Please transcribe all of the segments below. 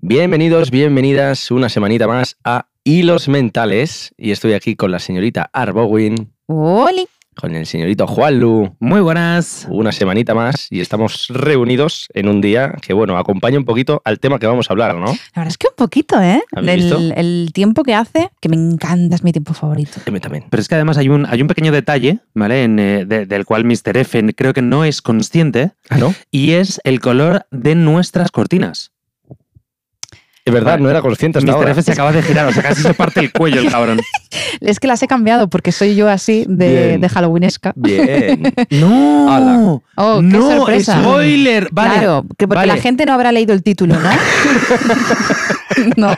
Bienvenidos, bienvenidas una semanita más a Hilos Mentales. Y estoy aquí con la señorita Arbowin, ¡Oli! con el señorito Juanlu. Muy buenas. Una semanita más y estamos reunidos en un día que, bueno, acompaña un poquito al tema que vamos a hablar, ¿no? La verdad es que un poquito, ¿eh? ¿Habéis Del- visto? el tiempo que hace, que me encanta, es mi tiempo favorito. Dime también. Pero es que además hay un, hay un pequeño detalle, ¿vale? En, eh, de- del cual Mr. F creo que no es consciente, Ah, ¿no? y es el color de nuestras cortinas. Es verdad, Vale. no era consciente hasta Mr. ahora. F se acaba de girar, o sea, casi se parte el cuello el cabrón. Es que las he cambiado porque soy yo así de, Bien. de Halloweenesca. Bien. ¡No! Ala. ¡Oh, qué ¡No! sorpresa! ¡Spoiler! Vale. Claro, que porque vale. la gente no habrá leído el título, ¿no? no,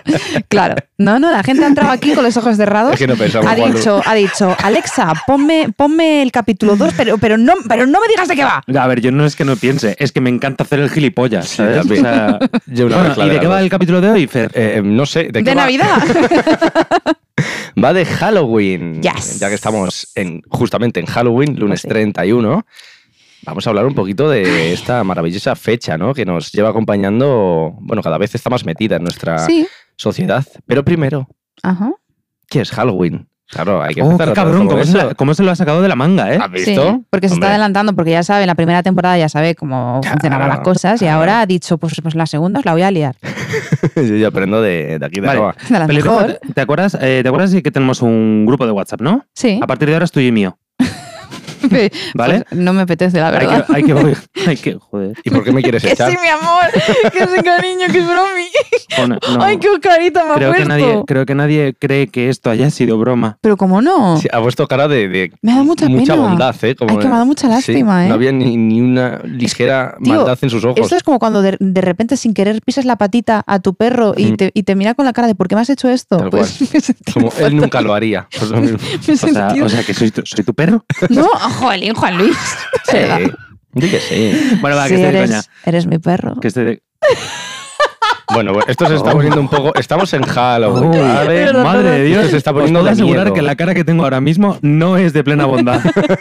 claro. No, no, la gente ha entrado aquí con los ojos cerrados. Es que no pensamos, Ha Juanlu. dicho, ha dicho, Alexa, ponme, ponme el capítulo 2, pero, pero, no, pero no me digas de qué va. A ver, yo no es que no piense, es que me encanta hacer el gilipollas. Sí, ¿sabes? también. O sea, Yo una bueno, mezcla de ¿Y de las qué va dos. el capítulo de hoy, Fer? Eh, eh, no sé, ¿de, De, qué va? Navidad. Va de Halloween. Yes. Ya que estamos en, justamente en Halloween, lunes Pues sí. 31. Vamos a hablar un poquito de esta maravillosa fecha, ¿no? Que nos lleva acompañando, bueno, cada vez está más metida en nuestra sí. sociedad. Pero primero, Ajá. ¿qué es Halloween? Claro, hay que ¡Oh, empezar qué a tratar cabrón! todo ¿cómo se, eso. la- cómo se lo ha sacado de la manga, eh? ¿Has visto? Sí, porque se Hombre, está adelantando, porque ya sabe, en la primera temporada ya sabe cómo Claro, funcionaban las cosas y claro. ahora ha dicho, pues, pues la segunda os la voy a liar. Yo ya aprendo de, de aquí de Vale. Roa. De las Pelirroja, mejor. ¿te- ¿te acuerdas, eh, ¿Te acuerdas de que tenemos un grupo de WhatsApp, no? Sí, A partir de ahora es tuyo y mío, Pues Ah, ¿vale? no me apetece, la hay, verdad. que, hay, que, hay que- joder. ¿Y por qué me quieres Que echar? sí, mi amor, que sí, cariño, que es bromi. Bueno, no. Ay, qué carita me ha creo, que puesto. nadie, creo que nadie cree que esto haya sido broma. Pero cómo no, Sí, ha puesto cara de, de me ha dado mucha, pena. bondad, ¿eh? Como- Ay, que me ha dado mucha Sí, lástima, ¿eh? No había ni, ni una ligera tío, maldad en sus ojos. Esto es como cuando de, de repente sin querer pisas la patita a tu perro y, Mm. te, y te mira con la cara de ¿por qué me has hecho esto? Tal pues me he sentido Como él fatal. nunca lo haría. Pues lo mismo. Me he O sea, sentido- o sea, que soy tu, soy tu perro. No, jolín, Juan Luis. Sí, yo que sí. Bueno, va, Sí, que estoy de coña. eres, eres mi perro. Que estoy de- Bueno, bueno, esto se está poniendo un poco. Estamos en Halloween. Oh, ¿vale? Es verdad, madre de Dios, Esto se está os poniendo puedo de asegurar miedo. que la cara que tengo ahora mismo no es de plena bondad.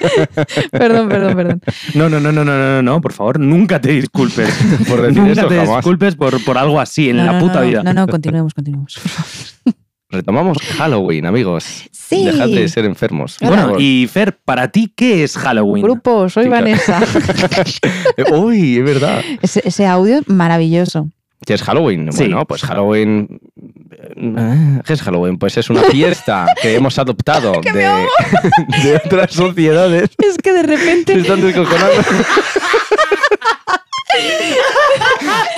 Perdón, perdón, perdón. No, no, no, no, no, no, no, no, por favor, nunca te disculpes. Por decir nunca esto, te jamás. disculpes por, por algo así en No, la no, puta no, vida. No, no, continuemos, continuemos. Retomamos Halloween, amigos. Sí. Dejad de ser enfermos. por Bueno, favor. y Fer, ¿para ti qué es Halloween? Grupo, soy Sí, claro. Vanessa. Eh, Uy, es verdad. Ese, ese audio es maravilloso. ¿Qué es Halloween? Sí. Bueno, pues Halloween. eh, ¿Qué es Halloween? Pues es una fiesta que hemos adoptado de, de otras sociedades. Es que de Se repente están descojonando.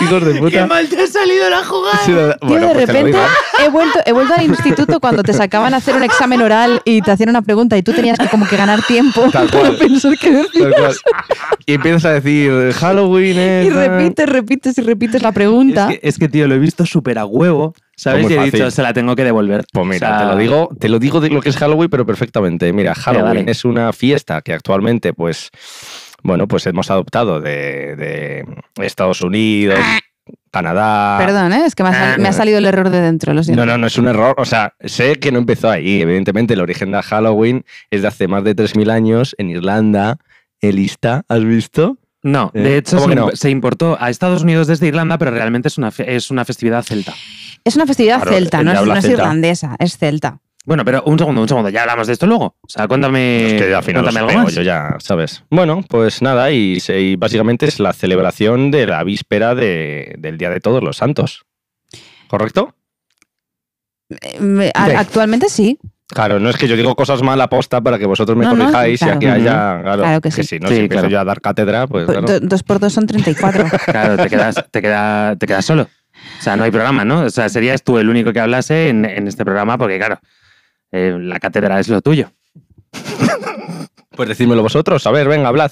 Hijos de puta. mal te ha salido la jugada! Sí, la- Yo de pues te lo repente digo. he vuelto, he vuelto al instituto cuando te sacaban a hacer un examen oral y te hacían una pregunta y tú tenías que como que ganar tiempo Tal cual. para pensar qué decir. ¿eh? Tal cual. Y empiezas a decir Halloween es. eh, Y repites, repites y repites la pregunta. Es que, es que, tío, lo he visto súper a huevo, ¿sabes? Pues Muy Y he fácil. dicho, se la tengo que devolver. Pues mira, O sea, te lo digo, te lo digo de lo que es Halloween, pero perfectamente. Mira, Halloween vale. es una fiesta que actualmente, pues, bueno, pues hemos adoptado de, de Estados Unidos, Canadá. Perdón, ¿eh? es que me ha, sal- me ha salido el error de dentro, lo siento. ah. No, no, no es un error. O sea, sé que no empezó ahí. Evidentemente, el origen de Halloween es de hace más de 3.000 años en Irlanda. El Ista, ¿has visto? No, Eh, de hecho ¿cómo se, que no? imp- se importó a Estados Unidos desde Irlanda, pero realmente es una, fe- es una festividad celta. Es una festividad Claro, celta, el no de es, habla no es celta. irlandesa, es celta. Bueno, pero un segundo, un segundo, ya hablamos de esto luego. O sea, cuéntame, Es que al final Eh, cuéntame los algo pego más. yo ya, ¿sabes? Bueno, pues nada, y, se- y básicamente es la celebración de la víspera de- del Día de Todos los Santos. ¿Correcto? Eh, me- a- Sí. Actualmente sí, Claro, no es que yo digo cosas mal aposta para que vosotros me No, no, corrijáis claro. y aquí haya. Claro, Claro que sí. si no, Sí, si empiezo claro. yo a dar cátedra, pues Pues, claro. do- dos por dos son 34. Claro, te quedas, te, queda- te quedas solo. O sea, no hay programa, ¿no? O sea, serías tú el único que hablase en, en este programa, porque claro, eh, la cátedra es lo tuyo. Pues decídmelo vosotros. A ver, venga, hablad.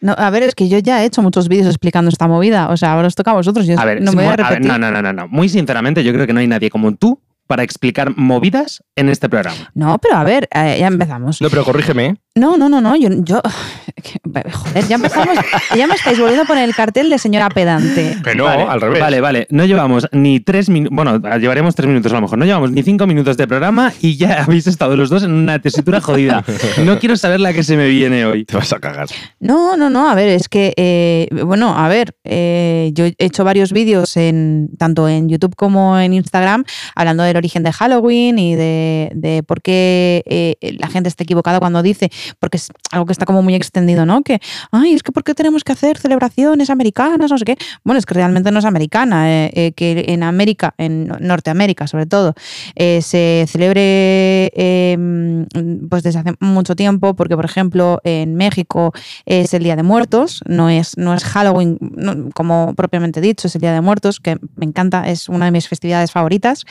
No, a ver, es que yo ya he hecho muchos vídeos explicando esta movida. O sea, ahora os toca a vosotros. Yo A ver, no es me voy mu- a a ver, repetir. no, no, no, no, no. Muy sinceramente, yo creo que no hay nadie como tú para explicar movidas en este programa. No, pero a ver, eh, ya empezamos. No, pero corrígeme. ¿eh? No, no, no, no. Yo, yo- joder, ya empezamos. Ya me estáis volviendo a poner el cartel de señora pedante. Que no, Vale, al revés. Vale, vale. No llevamos ni tres minutos. Bueno, llevaremos tres minutos a lo mejor. No llevamos ni cinco minutos de programa y ya habéis estado los dos en una tesitura jodida. No quiero saber la que se me viene hoy. Te vas a cagar. No, no, no. A ver, es que, eh, bueno, a ver, eh, yo he hecho varios vídeos en tanto en YouTube como en Instagram hablando del origen de Halloween y de, de por qué eh, la gente está equivocada cuando dice, porque es algo que está como muy extendido, ¿no? Que, ay, es que ¿por qué tenemos que hacer celebraciones americanas? No sé qué. Bueno, es que realmente no es americana, eh, eh, que en América, en Norteamérica sobre todo, eh, se celebre eh, mm, pues desde hace mucho tiempo, porque por ejemplo en México es el Día de Muertos, no es, no es Halloween no, como propiamente dicho, es el Día de Muertos, que me encanta, es una de mis festividades favoritas.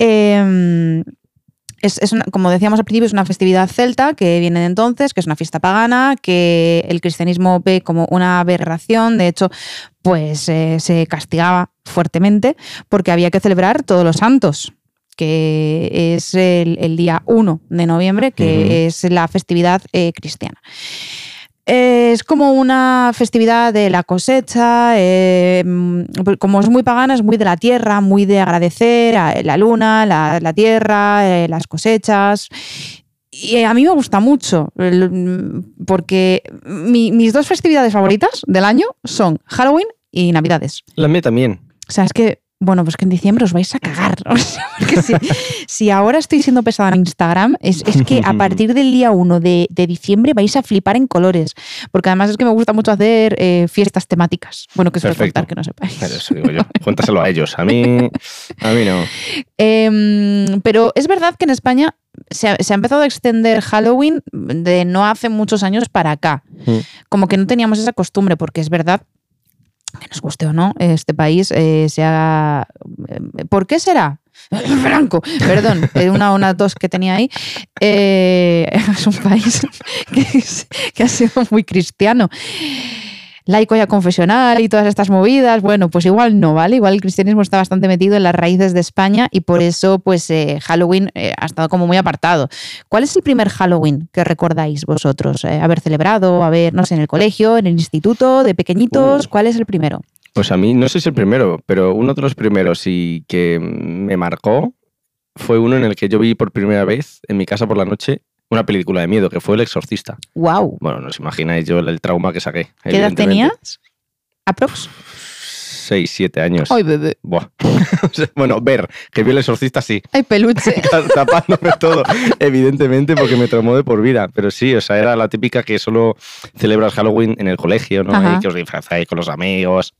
Em, es, es una- como decíamos al principio, es una festividad celta que viene de entonces, que es una fiesta pagana, que el cristianismo ve como una aberración. De hecho, pues eh, se castigaba fuertemente porque había que celebrar todos los santos que es el, el día 1 de noviembre, Ujú. que es la festividad eh, cristiana. Eh, Es como una festividad de la cosecha, eh, mm, pues como es muy pagana, es muy de la tierra, muy de agradecer a la luna, la, la tierra, eh, las cosechas. Y a mí me gusta mucho, el- mm, porque mi- mis dos festividades favoritas del año son Halloween y Navidades. La mía también. O sea, es que, bueno, pues que en diciembre os vais a cagar. O sea, porque si, si ahora estoy siendo pesada en Instagram, es, es que a partir del día 1 de, de diciembre vais a flipar en colores. Porque además es que me gusta mucho hacer eh, fiestas temáticas. Bueno, que os voy a Perfecto. contar que no sepáis. Pero eso digo yo. Cuéntaselo a ellos. A mí, a mí no. Em, pero es verdad que en España se ha, se ha empezado a extender Halloween de no hace muchos años para acá. Mm. Como que no teníamos esa costumbre, porque es verdad que nos guste o no, este país eh, se ha... Eh, ¿Por qué será? Franco, perdón, eh, una una dos que tenía ahí. Eh, es un país que, es- que ha sido muy cristiano. Laico ya confesional y todas estas movidas, bueno, pues igual no, ¿vale? Igual el cristianismo está bastante metido en las raíces de España y por eso, pues, eh, Halloween eh, ha estado como muy apartado. ¿Cuál es el primer Halloween que recordáis vosotros? Eh, haber celebrado, haber, no sé, en el colegio, en el instituto, de pequeñitos, Uh. ¿cuál es el primero? Pues a mí, no sé si el primero, pero uno de los primeros y que me marcó fue uno en el que yo vi por primera vez en mi casa por la noche una película de miedo, que fue El Exorcista. ¡Wow! Bueno, no os imagináis yo el, el trauma que saqué. ¿Qué edad evidentemente. Pues tenías? ¿Aprox? Seis, siete años. ¡Ay, bebé! Buah. O sea, bueno, ver, que vi El Exorcista sí, ¡Ay, peluche! tapándome todo, evidentemente, porque me traumó de por vida. Pero sí, o sea, era la típica que solo celebras Halloween en el colegio, ¿no? Ajá. Y que os disfrazáis con los amigos,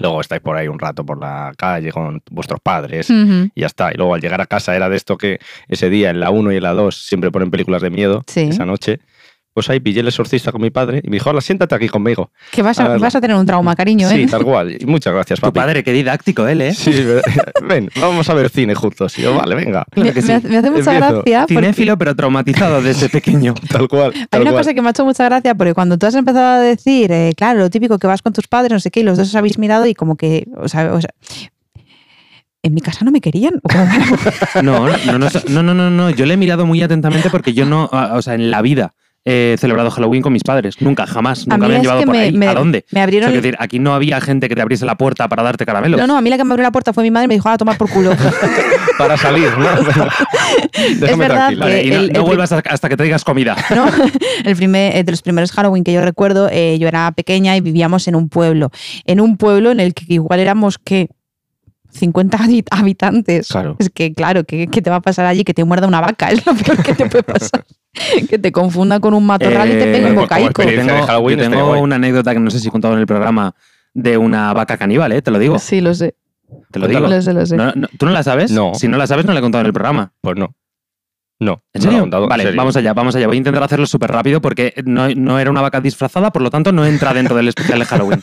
luego estáis por ahí un rato por la calle con vuestros padres. Ujú, Y ya está. Y luego al llegar a casa era de esto que ese día en la 1 y en la 2 siempre ponen películas de miedo Sí. esa noche. Pues ahí pillé el exorcista con mi padre y me dijo, hola, siéntate aquí conmigo. Que vas A a, verla. vas a tener un trauma, cariño, Sí, ¿eh? tal cual. Y muchas gracias, Tu papi. padre, qué didáctico él, ¿eh? Sí, es verdad. ven, vamos a ver cine juntos. Y yo, vale, venga. me, Claro que me sí. hace, me hace mucha Empiezo. gracia porque Cinéfilo, pero traumatizado desde pequeño. Tal cual. Hay tal una cual. cosa que me ha hecho mucha gracia porque cuando tú has empezado a decir, eh, claro, lo típico que vas con tus padres, no sé qué, y los dos os habéis mirado y como que, o sea, o sea, en mi casa no me querían. O como- No, no, no, no, no, no, no. Yo le he mirado muy atentamente porque yo no, ah, o sea, en la vida he celebrado Halloween con mis padres. Nunca, jamás. a mí Nunca me han es llevado que por me, ahí. me- ¿A dónde? me O sea, abrieron. quiero decir, aquí no había gente que te abriese la puerta para darte caramelos. no, no, a mí la que me abrió la puerta fue mi madre y me dijo, ah, toma por culo. para salir, ¿no? Déjame verdad tranquila. ¿eh? Vale, y que no, el- no el- vuelvas a- hasta que traigas comida. ¿no? El primer, eh, de los primeros Halloween que yo recuerdo, eh, yo era pequeña y vivíamos en un pueblo. En un pueblo en el que igual éramos que 50 habi- habitantes. Claro. Es que, claro, ¿qué, qué te va a pasar allí? Que te muerda una vaca, es lo peor que te puede pasar. que te confunda con un matorral y te Eh, pegue un como bocaico. experiencia de Tengo, Halloween yo estaría tengo guay. una anécdota que no sé si he contado en el programa de una vaca caníbal, ¿eh? Te lo digo. Sí, lo sé, Te lo digo. Cuéntalo. lo sé, lo sé. No, no, ¿Tú no la sabes? No. Si no la sabes, no la he contado en el programa. Pues no. No. no lo he ¿En serio? contado, en vale, serio. vamos allá, vamos allá. Voy a intentar hacerlo súper rápido porque no, no era una vaca disfrazada, por lo tanto no entra dentro del especial de Halloween.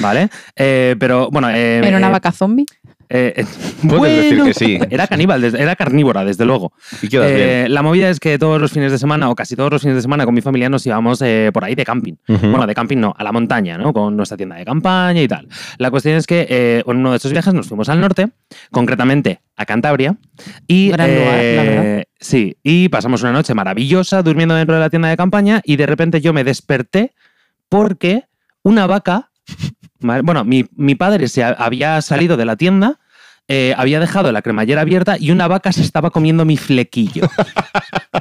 ¿Vale? Eh, pero bueno. eh, ¿Era una eh, vaca zombie? Eh, eh, Puedes decir bueno, que sí. Era caníbal, desde- era carnívora, desde luego. Y quedas Eh, la movida es que todos los fines de semana, o casi todos los fines de semana, con mi familia nos íbamos eh, por ahí de camping. bien. Ujú. Bueno, de camping no, a la montaña, ¿no? Con nuestra tienda de campaña y tal. La cuestión es que eh, en uno de esos viajes nos fuimos al norte, concretamente a Cantabria, y, eh, Gran lugar, la verdad. sí, y pasamos una noche maravillosa durmiendo dentro de la tienda de campaña y de repente yo me desperté porque una vaca, ma- bueno, mi, mi padre se ha- había salido de la tienda. eh, había dejado la cremallera abierta y una vaca se estaba comiendo mi flequillo. Y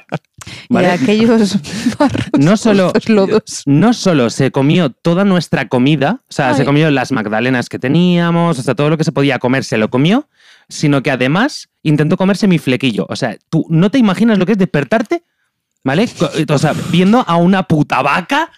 ¿Vale? aquellos barros, No solo- estos lodos. no solo se comió toda nuestra comida, o sea, Ay. se comió las magdalenas que teníamos, o sea, todo lo que se podía comer se lo comió, sino que además intentó comerse mi flequillo. O sea, tú no te imaginas lo que es despertarte, ¿vale? Co- O sea, viendo a una puta vaca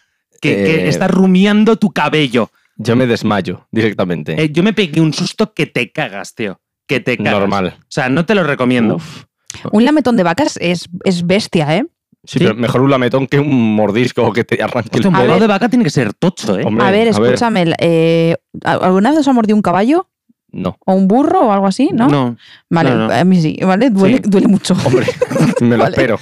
que, que Eh. está rumiando tu cabello. Yo me desmayo directamente. Eh, yo me pegué un susto que te cagas, tío. Que te cagas. Normal. O sea, no te lo recomiendo. Uf. Un lametón de vacas es, es bestia, ¿eh? Sí, Sí. pero mejor un lametón que un mordisco que te arranque el Hostia, un A bocado ver. de vaca tiene que ser tocho, ¿eh? Hombre, A ver, a ver. escúchame, eh, ¿alguna vez os ha mordido un caballo? No. ¿O un burro o algo así? ¿No? no. Vale, no, no. a mí sí, ¿vale? Duele, Sí. duele mucho. Hombre, me lo Vale. espero.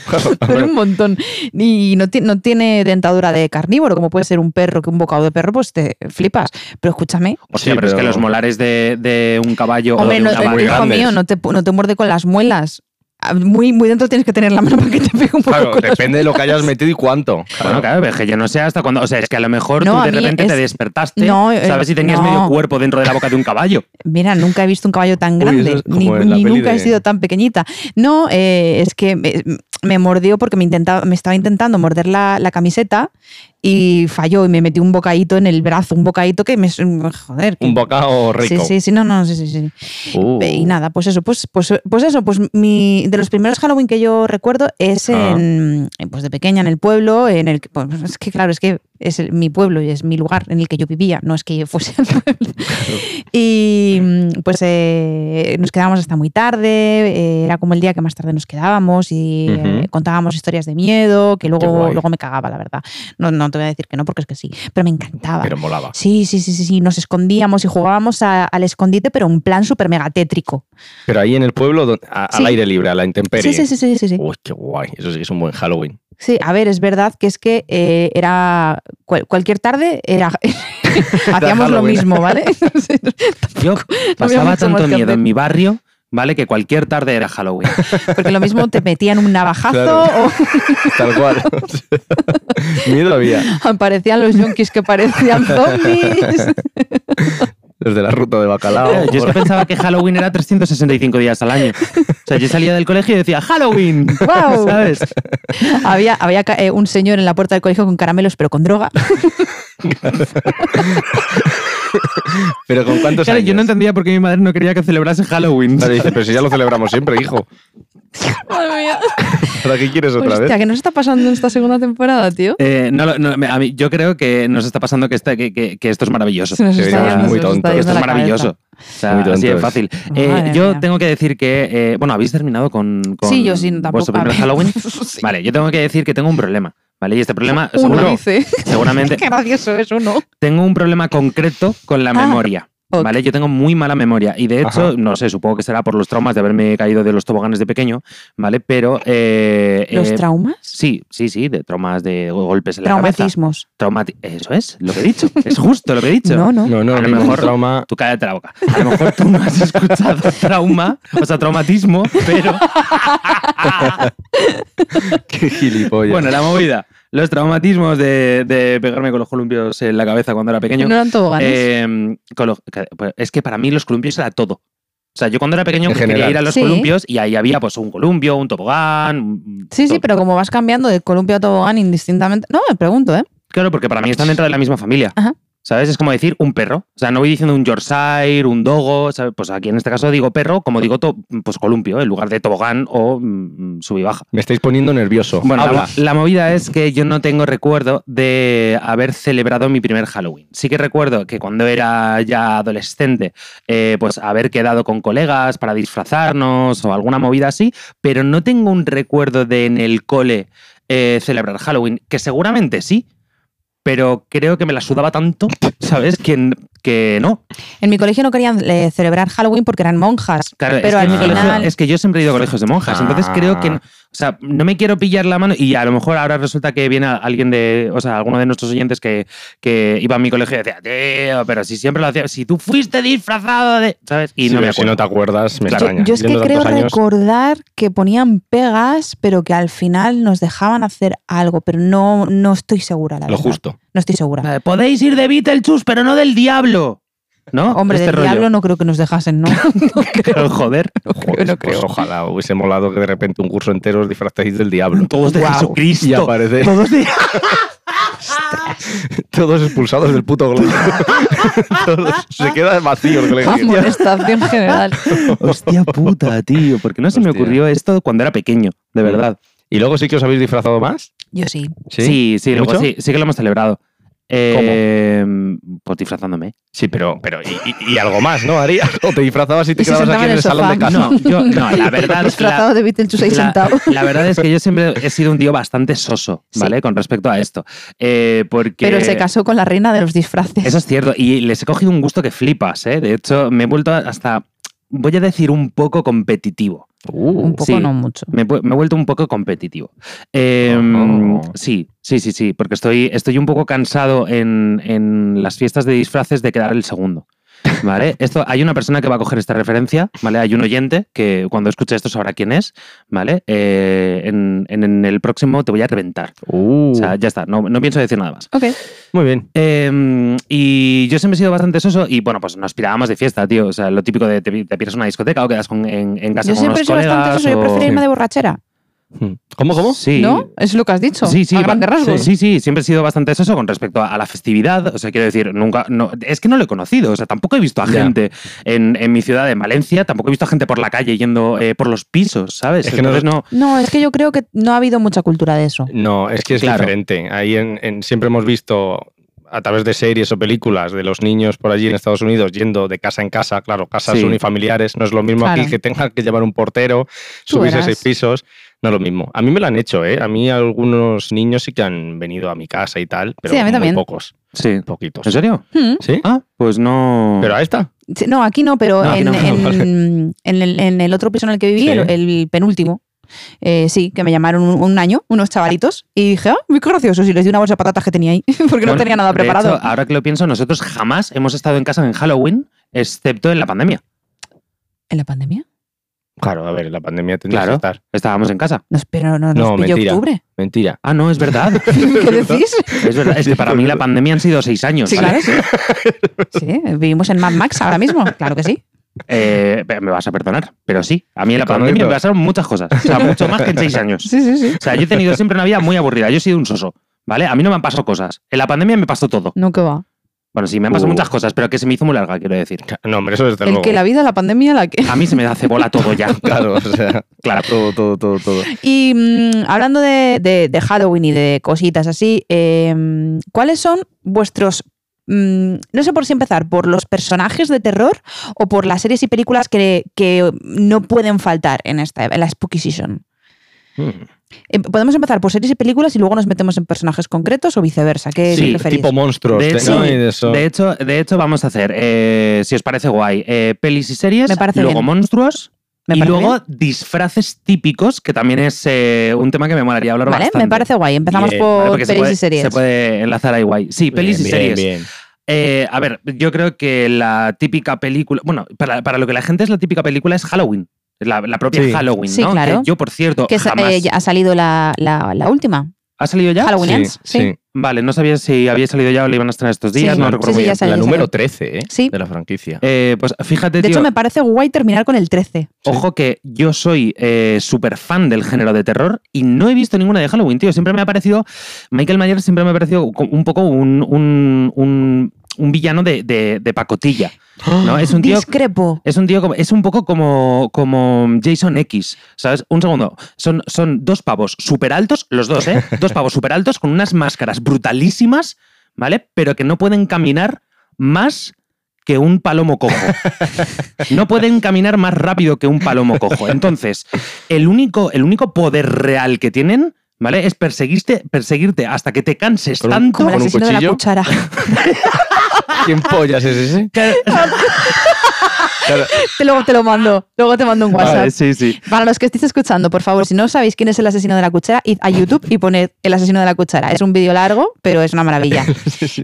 Duele un montón. Y no, ti- no tiene dentadura de carnívoro, como puede ser un perro, que un bocado de perro, pues te flipas. Pero escúchame, Hostia, Sí, pero, es que pero- los molares de, de un caballo hombre, o de no, eh, una vaca. muy hijo grandes. mío, no te, pu- no te muerde con las muelas. Ah, Muy, muy dentro tienes que tener la mano para que te pegue un poco Claro, con las depende de lo que hayas metido y cuánto. Bueno, claro, pero es que yo no sé hasta cuándo. O sea, es que a lo mejor No, tú a de mí repente te es- despertaste, No, eh, ¿sabes? Y tenías no. medio cuerpo dentro de la boca de un caballo. Mira, nunca he visto un caballo tan eso grande, es como ni, en la ni peli nunca he de- sido tan pequeñita. No, eh, es que me, me mordió porque me, intentaba, me estaba intentando morder la, la camiseta y falló y me metió un bocadito en el brazo, un bocadito que me... Joder. que- Un bocado rico. Sí, sí, sí, no, no, sí, sí, sí. Uh. Y nada, pues eso, pues, pues, pues eso, pues mi, de los primeros Halloween que yo recuerdo es Ah. en, en, pues de pequeña en el pueblo, en el que, pues, es que claro, es que es el- mi pueblo y es mi lugar en el que yo vivía, no es que yo fuese al pueblo. y mm, pues eh, nos quedábamos hasta muy tarde, eh, era como el día que más tarde nos quedábamos y eh, Ujú. contábamos historias de miedo, que luego, guay. luego me cagaba, la verdad. No, no te voy a decir que no, porque es que sí, pero me encantaba. Pero molaba. Sí, sí, sí, sí, sí. Nos escondíamos y jugábamos a- al escondite, pero un plan súper mega tétrico. Pero ahí en el pueblo, do- a- Sí. al aire libre, a la intemperie. Sí, sí, sí, sí, sí, sí. Uy, qué guay. Eso sí que es un buen Halloween. Sí, a ver, es verdad que es que eh, era cual- cualquier tarde era hacíamos lo Halloween. mismo, ¿vale? Sí. Yo pasaba mucho tanto más que miedo hacer. en mi barrio, ¿vale? Que cualquier tarde era Halloween. Porque lo mismo te metían un navajazo Claro. Tal cual. Miedo había. o aparecían los yonkis que parecían zombies. Desde la ruta de bacalao. Yo es que pensaba que Halloween era 365 días al año. O sea, yo salía del colegio y decía, ¡Halloween! ¡Guau! ¿Sabes? había había ca- eh, un señor en la puerta del colegio con caramelos, pero con droga. Pero con cuántos Claro, años. yo no entendía por qué mi madre no quería que celebrase Halloween. Claro, dice, pero si ya lo celebramos siempre, hijo. Madre mía. ¿Para qué quieres otra Hostia, vez? ¿qué nos está pasando en esta segunda temporada, tío? Pues Eh, no lo- no, me- a mí- yo creo que nos está pasando que, esta- que- que- que esto es maravilloso. Se nos Debería está ser yendo, muy se nos está tonto. yendo Esto es la cabeza. maravilloso. O sea, Muy así de tontos. fácil. Eh, Madre yo mía. tengo que decir que, eh, bueno, habéis terminado con, con sí, yo sí, tampoco. vuestro a primer ver. Halloween. Sí. Vale, yo tengo que decir que tengo un problema, ¿vale? Y este problema, Uno seguro- dice. seguramente, Qué gracioso es uno. tengo un problema concreto con la Ah, memoria. ok. ¿Vale? Yo tengo muy mala memoria y de hecho, Ajá. no sé, supongo que será por los traumas de haberme caído de los toboganes de pequeño, ¿vale? Pero... eh, ¿Los eh, traumas? Sí, sí, sí, de traumas de golpes en la cabeza. Traumatismos. Traumati- Eso es, lo que he dicho. Es justo lo que he dicho. No, no. No, no, A lo ningún mejor- trauma. Tú cállate la boca. A lo mejor tú no has escuchado trauma, o sea, traumatismo, pero Qué gilipollas. bueno, la movida. Los traumatismos de, de pegarme con los columpios en la cabeza cuando era pequeño. No eran toboganes. eh, con los- que- pues, es que para mí los columpios era todo. O sea, yo cuando era pequeño pues, En quería general. ir a los Sí. columpios y ahí había pues un columpio, un tobogán. un- sí, sí, todo. pero como vas cambiando de columpio a tobogán indistintamente. No, me pregunto, ¿eh? Claro, porque para mí están dentro de la misma familia. Ajá. ¿Sabes? Es como decir un perro. O sea, no voy diciendo un Yorkshire, un dogo. ¿sabes? Pues aquí en este caso digo perro, como digo to- pues columpio, en lugar de tobogán o mm, sub y baja. Me estáis poniendo nervioso. Bueno, Habla. la, la movida es que yo no tengo recuerdo de haber celebrado mi primer Halloween. Sí que recuerdo que cuando era ya adolescente, eh, pues haber quedado con colegas para disfrazarnos o alguna movida así, pero no tengo un recuerdo de en el cole eh, celebrar Halloween, que seguramente sí. pero creo que me la sudaba tanto, ¿sabes? Que, n- que no. En mi colegio no querían eh, celebrar Halloween porque eran monjas. Claro, es, pero que al en mi colegio- final. es que yo siempre he ido a colegios de monjas, Ah. entonces creo que, no- o sea, no me quiero pillar la mano y a lo mejor ahora resulta que viene a- alguien de, o sea, alguno de nuestros oyentes que, que iba a mi colegio y decía, tío, pero si siempre lo hacía, si tú fuiste disfrazado de, ¿sabes? Y Sí, no me pero si acuerdo. no te acuerdas, me Claro. extraña. Yo es que Yendo creo tantos años, recordar que ponían pegas, pero que al final nos dejaban hacer algo, pero no, no estoy segura, la Lo verdad. justo. No estoy segura. Eh, Podéis ir de Beetlejuice, pero no del diablo. ¿No? Hombre, Este del rollo. diablo no creo que nos dejasen, ¿no? No creo. Joder. Joder, pues ojalá hubiese molado que de repente un curso entero os disfrazáis del diablo. Todos de Guau. Jesucristo. Y aparece Todos de... todos expulsados del puto colegio. Todos- se queda vacío el colegio. Ah, Amonestación general. Hostia puta, tío. Porque no se me Hostia. ocurrió esto cuando era pequeño, de Mm. verdad. ¿Y luego sí que os habéis disfrazado más? Yo sí. Sí, sí, luego ¿Mucho? sí, sí que lo hemos celebrado. Eh, Pues disfrazándome. Sí, pero, pero y, y- y algo más, ¿no, Ari? O te disfrazabas y te Y se quedabas aquí sentaba en en el el salón sofá. de casa. No, yo, no, la verdad es que. Disfrazado de Beetlejuice ahí sentado. la verdad es que yo siempre he sido un tío bastante soso, Sí. ¿vale? Con respecto a esto. Eh, porque Pero se casó con la reina de los disfraces. Eso es cierto. Y les he cogido un gusto que flipas, ¿eh? De hecho, me he vuelto hasta. Voy a decir un poco competitivo. Uh, Un poco, sí. no mucho. Me, he pu- me he vuelto un poco competitivo. Eh, Oh. Sí, sí, sí, sí. Porque estoy, estoy un poco cansado en, en las fiestas de disfraces de quedar el segundo. ¿Vale? Esto, hay una persona que va a coger esta referencia, ¿vale? Hay un oyente que cuando escuche esto sabrá quién es, ¿vale? Eh, en, en- en el próximo te voy a reventar. uh, O sea, ya está, no, no pienso decir nada más. Ok. muy bien. Eh, y yo siempre he sido bastante soso y bueno, pues nos pirábamos de fiesta, tío. O sea, lo típico de te, te piras una discoteca o quedas con- en, en casa Yo con siempre he unos sido bastante colegas soso. Yo o- prefiero irme de borrachera. Mm. ¿Cómo, cómo? Sí. ¿No? Es lo que has dicho. Sí, sí, A va- grandes rasgos. Sí, sí, siempre he sido bastante soso con respecto a, a la festividad. O sea, quiero decir, nunca. No, es que no lo he conocido. O sea, tampoco he visto a Ya. gente en, en mi ciudad, en Valencia, tampoco he visto a gente por la calle yendo eh, por los pisos, ¿sabes? Es que no- Entonces no. No, es que yo creo que no ha habido mucha cultura de eso. No, es que es Claro. diferente. Ahí en, en- siempre hemos visto a través de series o películas de los niños por allí en Estados Unidos yendo de casa en casa, claro, casas Sí. unifamiliares, no es lo mismo Claro. aquí que tengan que llevar un portero, Tú subirse verás. seis pisos, no es lo mismo. A mí me lo han hecho, ¿eh? A mí algunos niños sí que han venido a mi casa y tal, pero Sí, a mí muy también. pocos, Sí. poquitos. ¿En serio? Hmm. ¿Sí? Ah, pues no. Pero a esta. Sí, No, aquí no, pero No, aquí en, no, en- vale. en el, en el otro piso en el que viví, Sí. el, el penúltimo, eh, sí, que me llamaron un, un año, unos chavalitos, y dije, ah, muy graciosos, y les di una bolsa de patatas que tenía ahí, porque no Bueno, tenía nada de preparado. hecho, ahora que lo pienso, nosotros jamás hemos estado en casa en Halloween, excepto en la pandemia. ¿En la pandemia? Claro, a ver, la pandemia tendría Claro. que estar. Estábamos en casa. Nos, pero no, nos No, pilló mentira. octubre. Mentira. Ah, no, es verdad. ¿Qué decís? es verdad. Es que para mí la pandemia han sido seis años. Sí, ¿vale? claro. Sí. Sí, vivimos en Mad Max ahora mismo, claro que sí. Eh, me vas a perdonar, pero sí. A mí en la Correcto. pandemia me pasaron muchas cosas. O sea, mucho más que en seis años. Sí, sí, sí. O sea, yo he tenido siempre una vida muy aburrida. Yo he sido un soso, ¿vale? A mí no me han pasado cosas. En la pandemia me pasó todo. No, que va. Bueno, sí, me han pasado Uh. muchas cosas, pero que se me hizo muy larga, quiero decir. No, hombre, eso desde El luego. que la vida, la pandemia, la que. A mí se me hace bola todo ya. Claro, o sea, Claro. todo, todo, todo, todo. Y mm, hablando de, de- de Halloween y de cositas así, eh, ¿cuáles son vuestros... mm, no sé por si empezar, por los personajes de terror o por las series y películas que, que no pueden faltar en, esta, en la Spooky Season. Mm. Eh, Podemos empezar por series y películas y luego nos metemos en personajes concretos o viceversa. ¿Qué Sí, preferís? tipo monstruos. De ¿no? hecho- Y de eso. De hecho, de hecho, vamos a hacer, eh, si os parece guay, eh, pelis y series, Me parece luego bien. monstruos ¿Me y parece luego bien? disfraces típicos, que también es eh, un tema que me molaría hablar Vale, bastante. me parece guay. Empezamos Bien, por Vale, porque se pelis puede- y series. Se puede enlazar ahí guay. Sí, pelis Bien, y series. bien, bien. Eh, a ver, yo creo que la típica película, bueno, para, para lo que la gente es la típica película es Halloween. La, la propia Sí. Halloween, Sí, ¿no? claro. Que yo, por cierto, Que sa- jamás... eh, ya ha salido la, la- la última. ¿Ha salido ya? Halloween Sí, Ends, sí. sí. Vale, no sabía si había salido ya o la iban a estrenar estos días, Sí. no Sí, recuerdo sí, muy ya bien. salió, la ya número salió. 13, ¿eh? Sí. De la franquicia. Eh, pues fíjate, De tío, hecho, me parece guay terminar con el 13. ojo que yo soy súper fan del género de terror y no he visto ninguna de Halloween, tío. Siempre me ha parecido, Michael Myers siempre me ha parecido co- un poco un, un- un- un villano de, de- de pacotilla, ¿no? Es un tío Discrepo. Es un tío como, es un poco como, como Jason X, ¿sabes? Un segundo. Son, son dos pavos súper altos, los dos, ¿eh? Dos pavos súper altos con unas máscaras brutalísimas, ¿vale? Pero que no pueden caminar más que un palomo cojo. No pueden caminar más rápido que un palomo cojo. Entonces, el único, el único poder real que tienen, ¿Vale? Es perseguirte, perseguirte hasta que te canses Con un- tanto. Como el ¿Con un asesino de la cuchillo? cuchara. ¿Quién pollas es ese? que- Claro, Te- luego te lo mando. Luego te mando un WhatsApp. Vale, sí, sí. Para los que estéis escuchando, por favor, si no sabéis quién es el asesino de la cuchara, id a YouTube y poned el asesino de la cuchara. Es un vídeo largo, pero es una maravilla.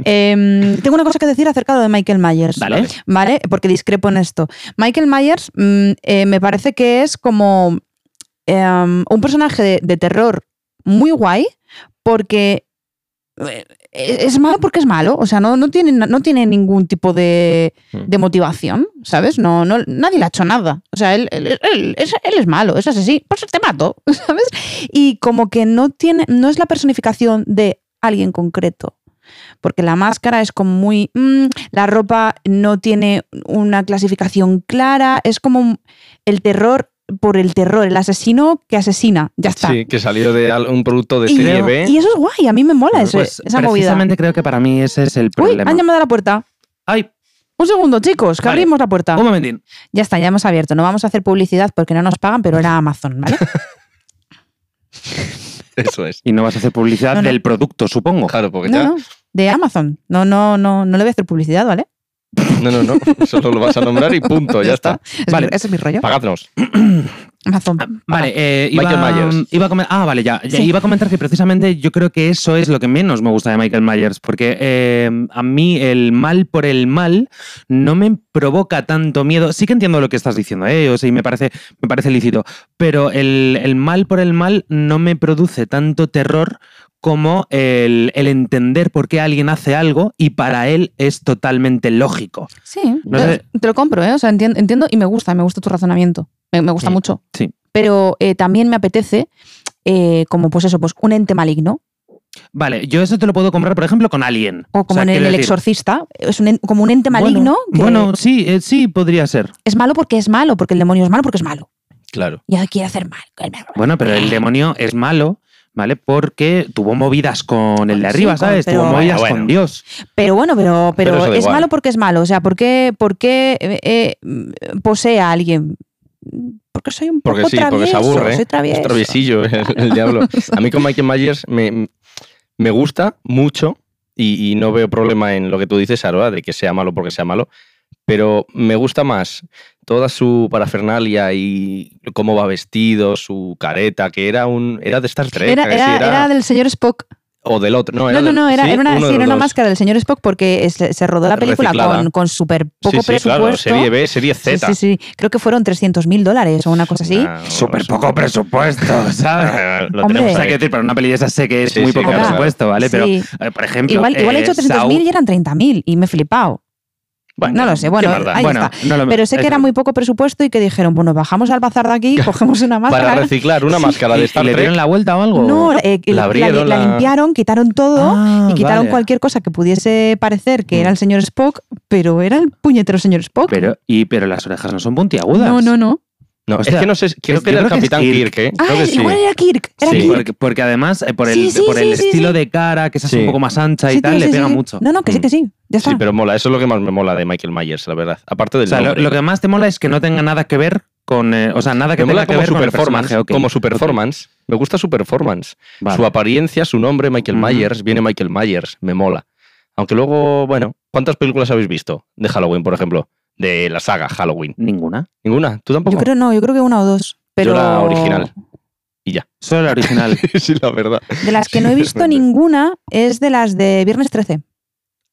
Em, tengo una cosa que decir acerca de lo de Michael Myers. ¿eh? Vale. ¿vale? Porque discrepo en esto. Michael Myers mm, eh, me parece que es como em, un personaje de, de terror muy guay porque eh, es malo porque es malo, o sea, no, no, tiene, no tiene ningún tipo de, de motivación, ¿sabes? No, no, nadie le ha hecho nada, o sea, él, él- él- es, él es malo, es así, pues te mato, ¿sabes? Y como que no, tiene, no es la personificación de alguien concreto, porque la máscara es como muy... mm, la ropa no tiene una clasificación clara, es como un- el terror por el terror, el asesino que asesina, ya está. Sí, que salió de al- un producto de Y, serie B. y eso es guay, a mí me mola ese- Pues, esa movida. precisamente creo que para mí ese es el Uy, problema. han llamado a la puerta. Ay, Un segundo, chicos, que Vale. abrimos la puerta. un momentín. Ya está, ya hemos abierto. No vamos a hacer publicidad porque no nos pagan, pero era Amazon, ¿vale? Eso es. Y no vas a hacer publicidad No, no. del producto, supongo. Claro, porque No, ya. no, de Amazon. No, no, no, no le voy a hacer publicidad, ¿vale? No, no, no. Solo lo vas a nombrar y punto, ya está. Es Vale. mi- ese es mi rollo. Pagadnos. Amazon. Vale, eh, iba, Michael Myers. iba a comen- ah, vale, ya, ya, Sí. Iba a comentar que precisamente yo creo que eso es lo que menos me gusta de Michael Myers, porque eh, a mí el mal por el mal no me provoca tanto miedo. Sí que entiendo lo que estás diciendo, ¿eh? O sea, y me parece, me parece lícito, pero el, el mal por el mal no me produce tanto terror como el, el entender por qué alguien hace algo y para él es totalmente lógico. Sí, No te, sé. te lo compro, ¿eh? O sea, entien- entiendo y me gusta, me gusta tu razonamiento. Me, me gusta Mm, mucho. sí. Pero eh, también me apetece, eh, como pues eso, pues un ente maligno. Vale, yo eso te lo puedo comprar, por ejemplo, con Alien. O como sea, en el, quiero El decir, exorcista, es un en- como un ente bueno, maligno que Bueno, sí, eh, sí, podría ser. es malo porque es malo, porque el demonio es malo porque es malo. Claro. Y ahora quiere hacer mal. Bueno, pero el demonio es malo, ¿vale? Porque tuvo movidas con el de Sí, arriba, con- ¿sabes? pero- Tuvo movidas Bueno, bueno. con Dios. Pero bueno, pero, pero, Pero eso da es igual. malo porque es malo. O sea, ¿por qué, por qué, eh, eh, mm, posee a alguien? Porque soy un poco Porque sí, travieso. porque se aburre. Soy travieso. Es traviesillo el, el diablo. A mí con Michael Myers me, me gusta mucho y, y no veo problema en lo que tú dices, Aroa, de que sea malo porque sea malo, pero me gusta más toda su parafernalia y cómo va vestido, su careta, que era un era de Star Trek, Era, que sí, era- era- era del señor Spock. o del otro. No, No, era no, del- no, era, sí, era una, uno sí, de era los una dos. máscara del señor Spock porque es- se rodó la película Reciclada. con, con súper Sí, poco sí, presupuesto. claro, serie B, serie Sí, Z. sí, sí. Creo que fueron 300 mil dólares o una cosa así. Ah, bueno, Súper eso- poco presupuesto, ¿sabes? Lo Hombre. O tenemos sea, que ahí. decir, para una peli de esas sé que es Sí, muy sí, poco claro. presupuesto, ¿vale? Pero, Sí. eh, por ejemplo. Igual, igual he eh, hecho 300 Saw- mil y eran 30 mil y me he flipado. no lo sé, qué bueno, maldad. ahí bueno, está. no lo- Pero sé que era muy poco presupuesto y que dijeron, bueno, bajamos al bazar de aquí, cogemos una Para máscara. reciclar una máscara ¿Y- de y Star ¿Le Trek. dieron la vuelta o algo? No, eh, que La la, abrieron, la la- limpiaron, quitaron todo Ah, y quitaron vale. cualquier cosa que pudiese parecer que era el señor Spock, pero era el puñetero señor Spock. Pero, y, pero las orejas no son puntiagudas. no, no, no. No, O sea, es que no sé, creo es- que yo era el creo que es Capitán Kirk. Kirk, ¿eh? Ah, Creo que sí. igual era Kirk. Era Sí. Kirk. Porque, porque además, eh, por el, Sí, sí, por el sí, sí, estilo sí. de cara, que esa es Sí. un poco más ancha y Sí, tal, tío, le sí, pega sí. mucho. Mm. No, no, que sí, que sí. Ya está. Sí, pero mola, eso es lo que más me mola de Michael Myers, la verdad. Aparte del O sea, lo, nombre. lo que más te mola es que no tenga nada que ver con. eh, o sea, nada que me mola tenga que como ver su con el performance. personaje. ok. Como su performance. Me gusta su performance. Vale. Su apariencia, su nombre, Michael Ujú. Myers. Viene Michael Myers, me mola. Aunque luego, bueno, ¿cuántas películas habéis visto de Halloween, por ejemplo? De la saga Halloween. Ninguna. ¿Ninguna? ¿Tú tampoco? Yo creo no, yo creo que una o dos. Pero Yo la original. Solo la original. sí, la verdad. De las que no he visto ninguna es de las de Viernes 13.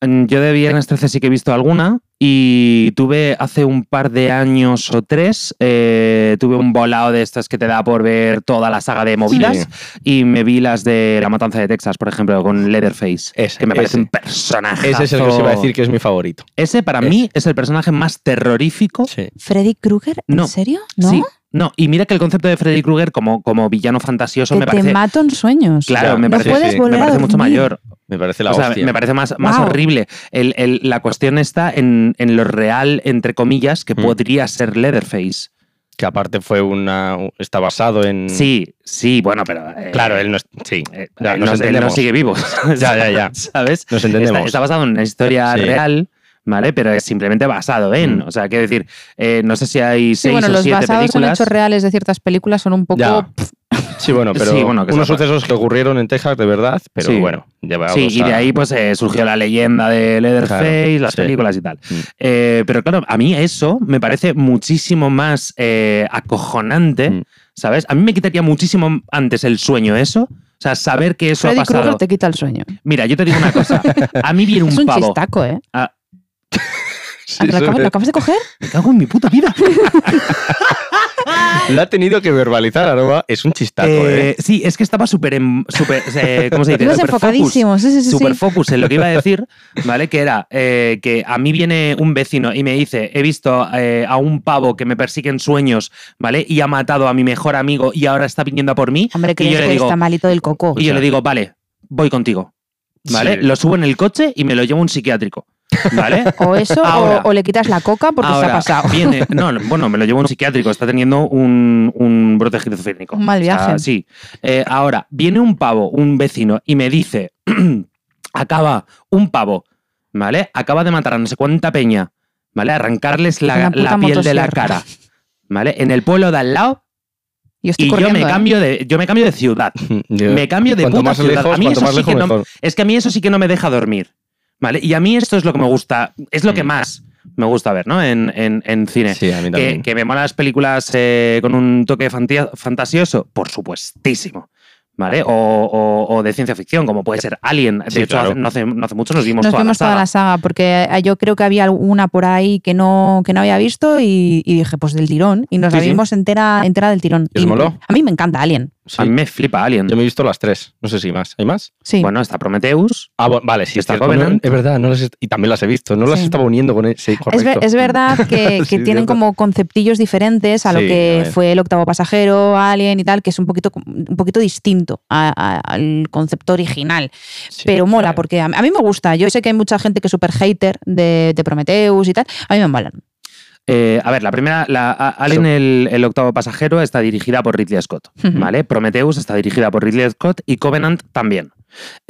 Mm, Yo de Viernes 13 sí que he visto alguna. Y tuve hace un par de años o tres, eh, tuve un volado de estas que te da por ver toda la saga de movidas. Y me vi las de La Matanza de Texas, por ejemplo, con Leatherface. Ese, que me parece ese. un personaje. Ese es el que os iba a decir que es mi favorito. Ese para Ese. mí es el personaje más terrorífico Sí. ¿Freddy Krueger? ¿En No. serio? ¿No? Sí, no, y mira que el concepto de Freddy Krueger como, como villano fantasioso que me te parece. mato en sueños. Claro, Ya, me no parece, puedes sí, volver me parece a mucho dormir. mayor. Me parece la o sea, hostia. me parece más, más Guau. horrible. El- el- la cuestión está en, en lo real, entre comillas, que Mm. podría ser Leatherface. Que aparte fue una. Está basado en. Sí, sí, bueno, pero. eh, Mm. Claro, él no es. Sí. eh, ya, él nos no- él no entendemos. sigue vivo. Ya, ya, ya. ¿Sabes? Nos Está, entendemos. está basado en una historia Sí. real, ¿vale? Pero es simplemente basado en. Mm. O sea, quiero decir, eh, no sé si hay Sí, seis bueno, o los siete basados en películas. hechos reales de ciertas películas son un poco. Ya. pff, Sí, bueno, pero Sí, bueno, que unos sepa. sucesos que ocurrieron en Texas, de verdad, pero Sí. bueno, ya vamos Sí, y de a- ahí pues eh, surgió la leyenda de Leatherface, Claro, las sí. películas y tal. Mm. Eh, pero claro, a mí eso me parece muchísimo más eh, acojonante, Mm. ¿sabes? A mí me quitaría muchísimo antes el sueño eso. O sea, saber que eso Freddy ha pasado. Krueger te quita el sueño. Mira, yo te digo una cosa. A mí viene un, es un pavo. chistaco, ¿eh? Sí, ¿Lo Ah, acabas, lo acabas de coger? Me cago en mi puta vida. La ha tenido que verbalizar, Aroa. Es un chistaco, ¿eh? Eh, sí, es que estaba súper. en- súper, eh, ¿Cómo se dice? Ibas Súper focus. enfocadísimo. Sí, sí, sí. sí. super focus en lo que iba a decir, ¿vale? Que era eh, que a mí viene un vecino y me dice, he visto eh, a un pavo que me persigue en sueños, ¿vale? Y ha matado a mi mejor amigo y ahora está viniendo a por mí. Hombre, y crees yo le que digo, está malito del coco. y yo le digo, vale, voy contigo, ¿vale? Sí. Lo subo en el coche y me lo llevo a un psiquiátrico, ¿vale? O eso, Ahora. o, o le quitas la coca porque se Ahora, ha pasado. Viene, no, no, bueno, me lo llevo a un psiquiátrico, está teniendo un, un brote esquizofrénico. Un mal Está- viaje. sí. Eh, ahora, viene un pavo, un vecino, y me dice: acaba, un pavo, ¿vale? Acaba de matar a no sé cuánta peña, ¿vale? Arrancarles la, Una puta la piel de la motosierra. cara, ¿vale? En el pueblo de al lado, Yo estoy y yo corriendo. me, ¿eh? cambio de, yo me cambio de ciudad. Yo- Me cambio de cuanto puta más ciudad. lejos, a mí cuanto eso más sí lejos, que no, mejor. es que a mí eso sí que no me deja dormir, ¿vale? Y a mí esto es lo que me gusta, es lo que Mm. más me gusta ver, ¿no? En, en- en cine. Sí, a mí que, también. que me molan las películas eh, con un toque fantia- fantasioso, por supuestísimo. ¿Vale? O, o- o de ciencia ficción, como puede ser Alien. De Sí, hecho, claro. hace- no, hace, no hace mucho nos vimos Nos toda vimos la toda saga. la saga porque eh, yo creo que había alguna por ahí que no, que no había visto y, y dije, pues del tirón. Y nos Sí, la sí. vimos entera, entera del tirón. ¿Y os Y moló? A mí me encanta Alien. Sí. A mí me flipa Alien. Yo me he visto las tres. No sé si más. ¿Hay más? Sí. Bueno, está Prometheus. Ah, bueno, vale, sí. Está es cierto, Covenant. no, es verdad, no las est- y también las he visto. No las Sí. estaba uniendo con él. Sí, Es, ver- correcto. es verdad que, que Sí, tienen cierto. como conceptillos diferentes a lo Sí, a que ver. fue el octavo pasajero, Alien y tal, que es un poquito, un poquito distinto a- a- al concepto original. Sí, pero mola, vale. porque a, a mí me gusta. Yo sé que hay mucha gente que es súper hater de, de Prometheus y tal. A mí me molan. Eh, a ver, la primera, la, a- Alien, el, el octavo pasajero, está dirigida por Ridley Scott. Ujú. ¿Vale? Prometheus está dirigida por Ridley Scott y Covenant también.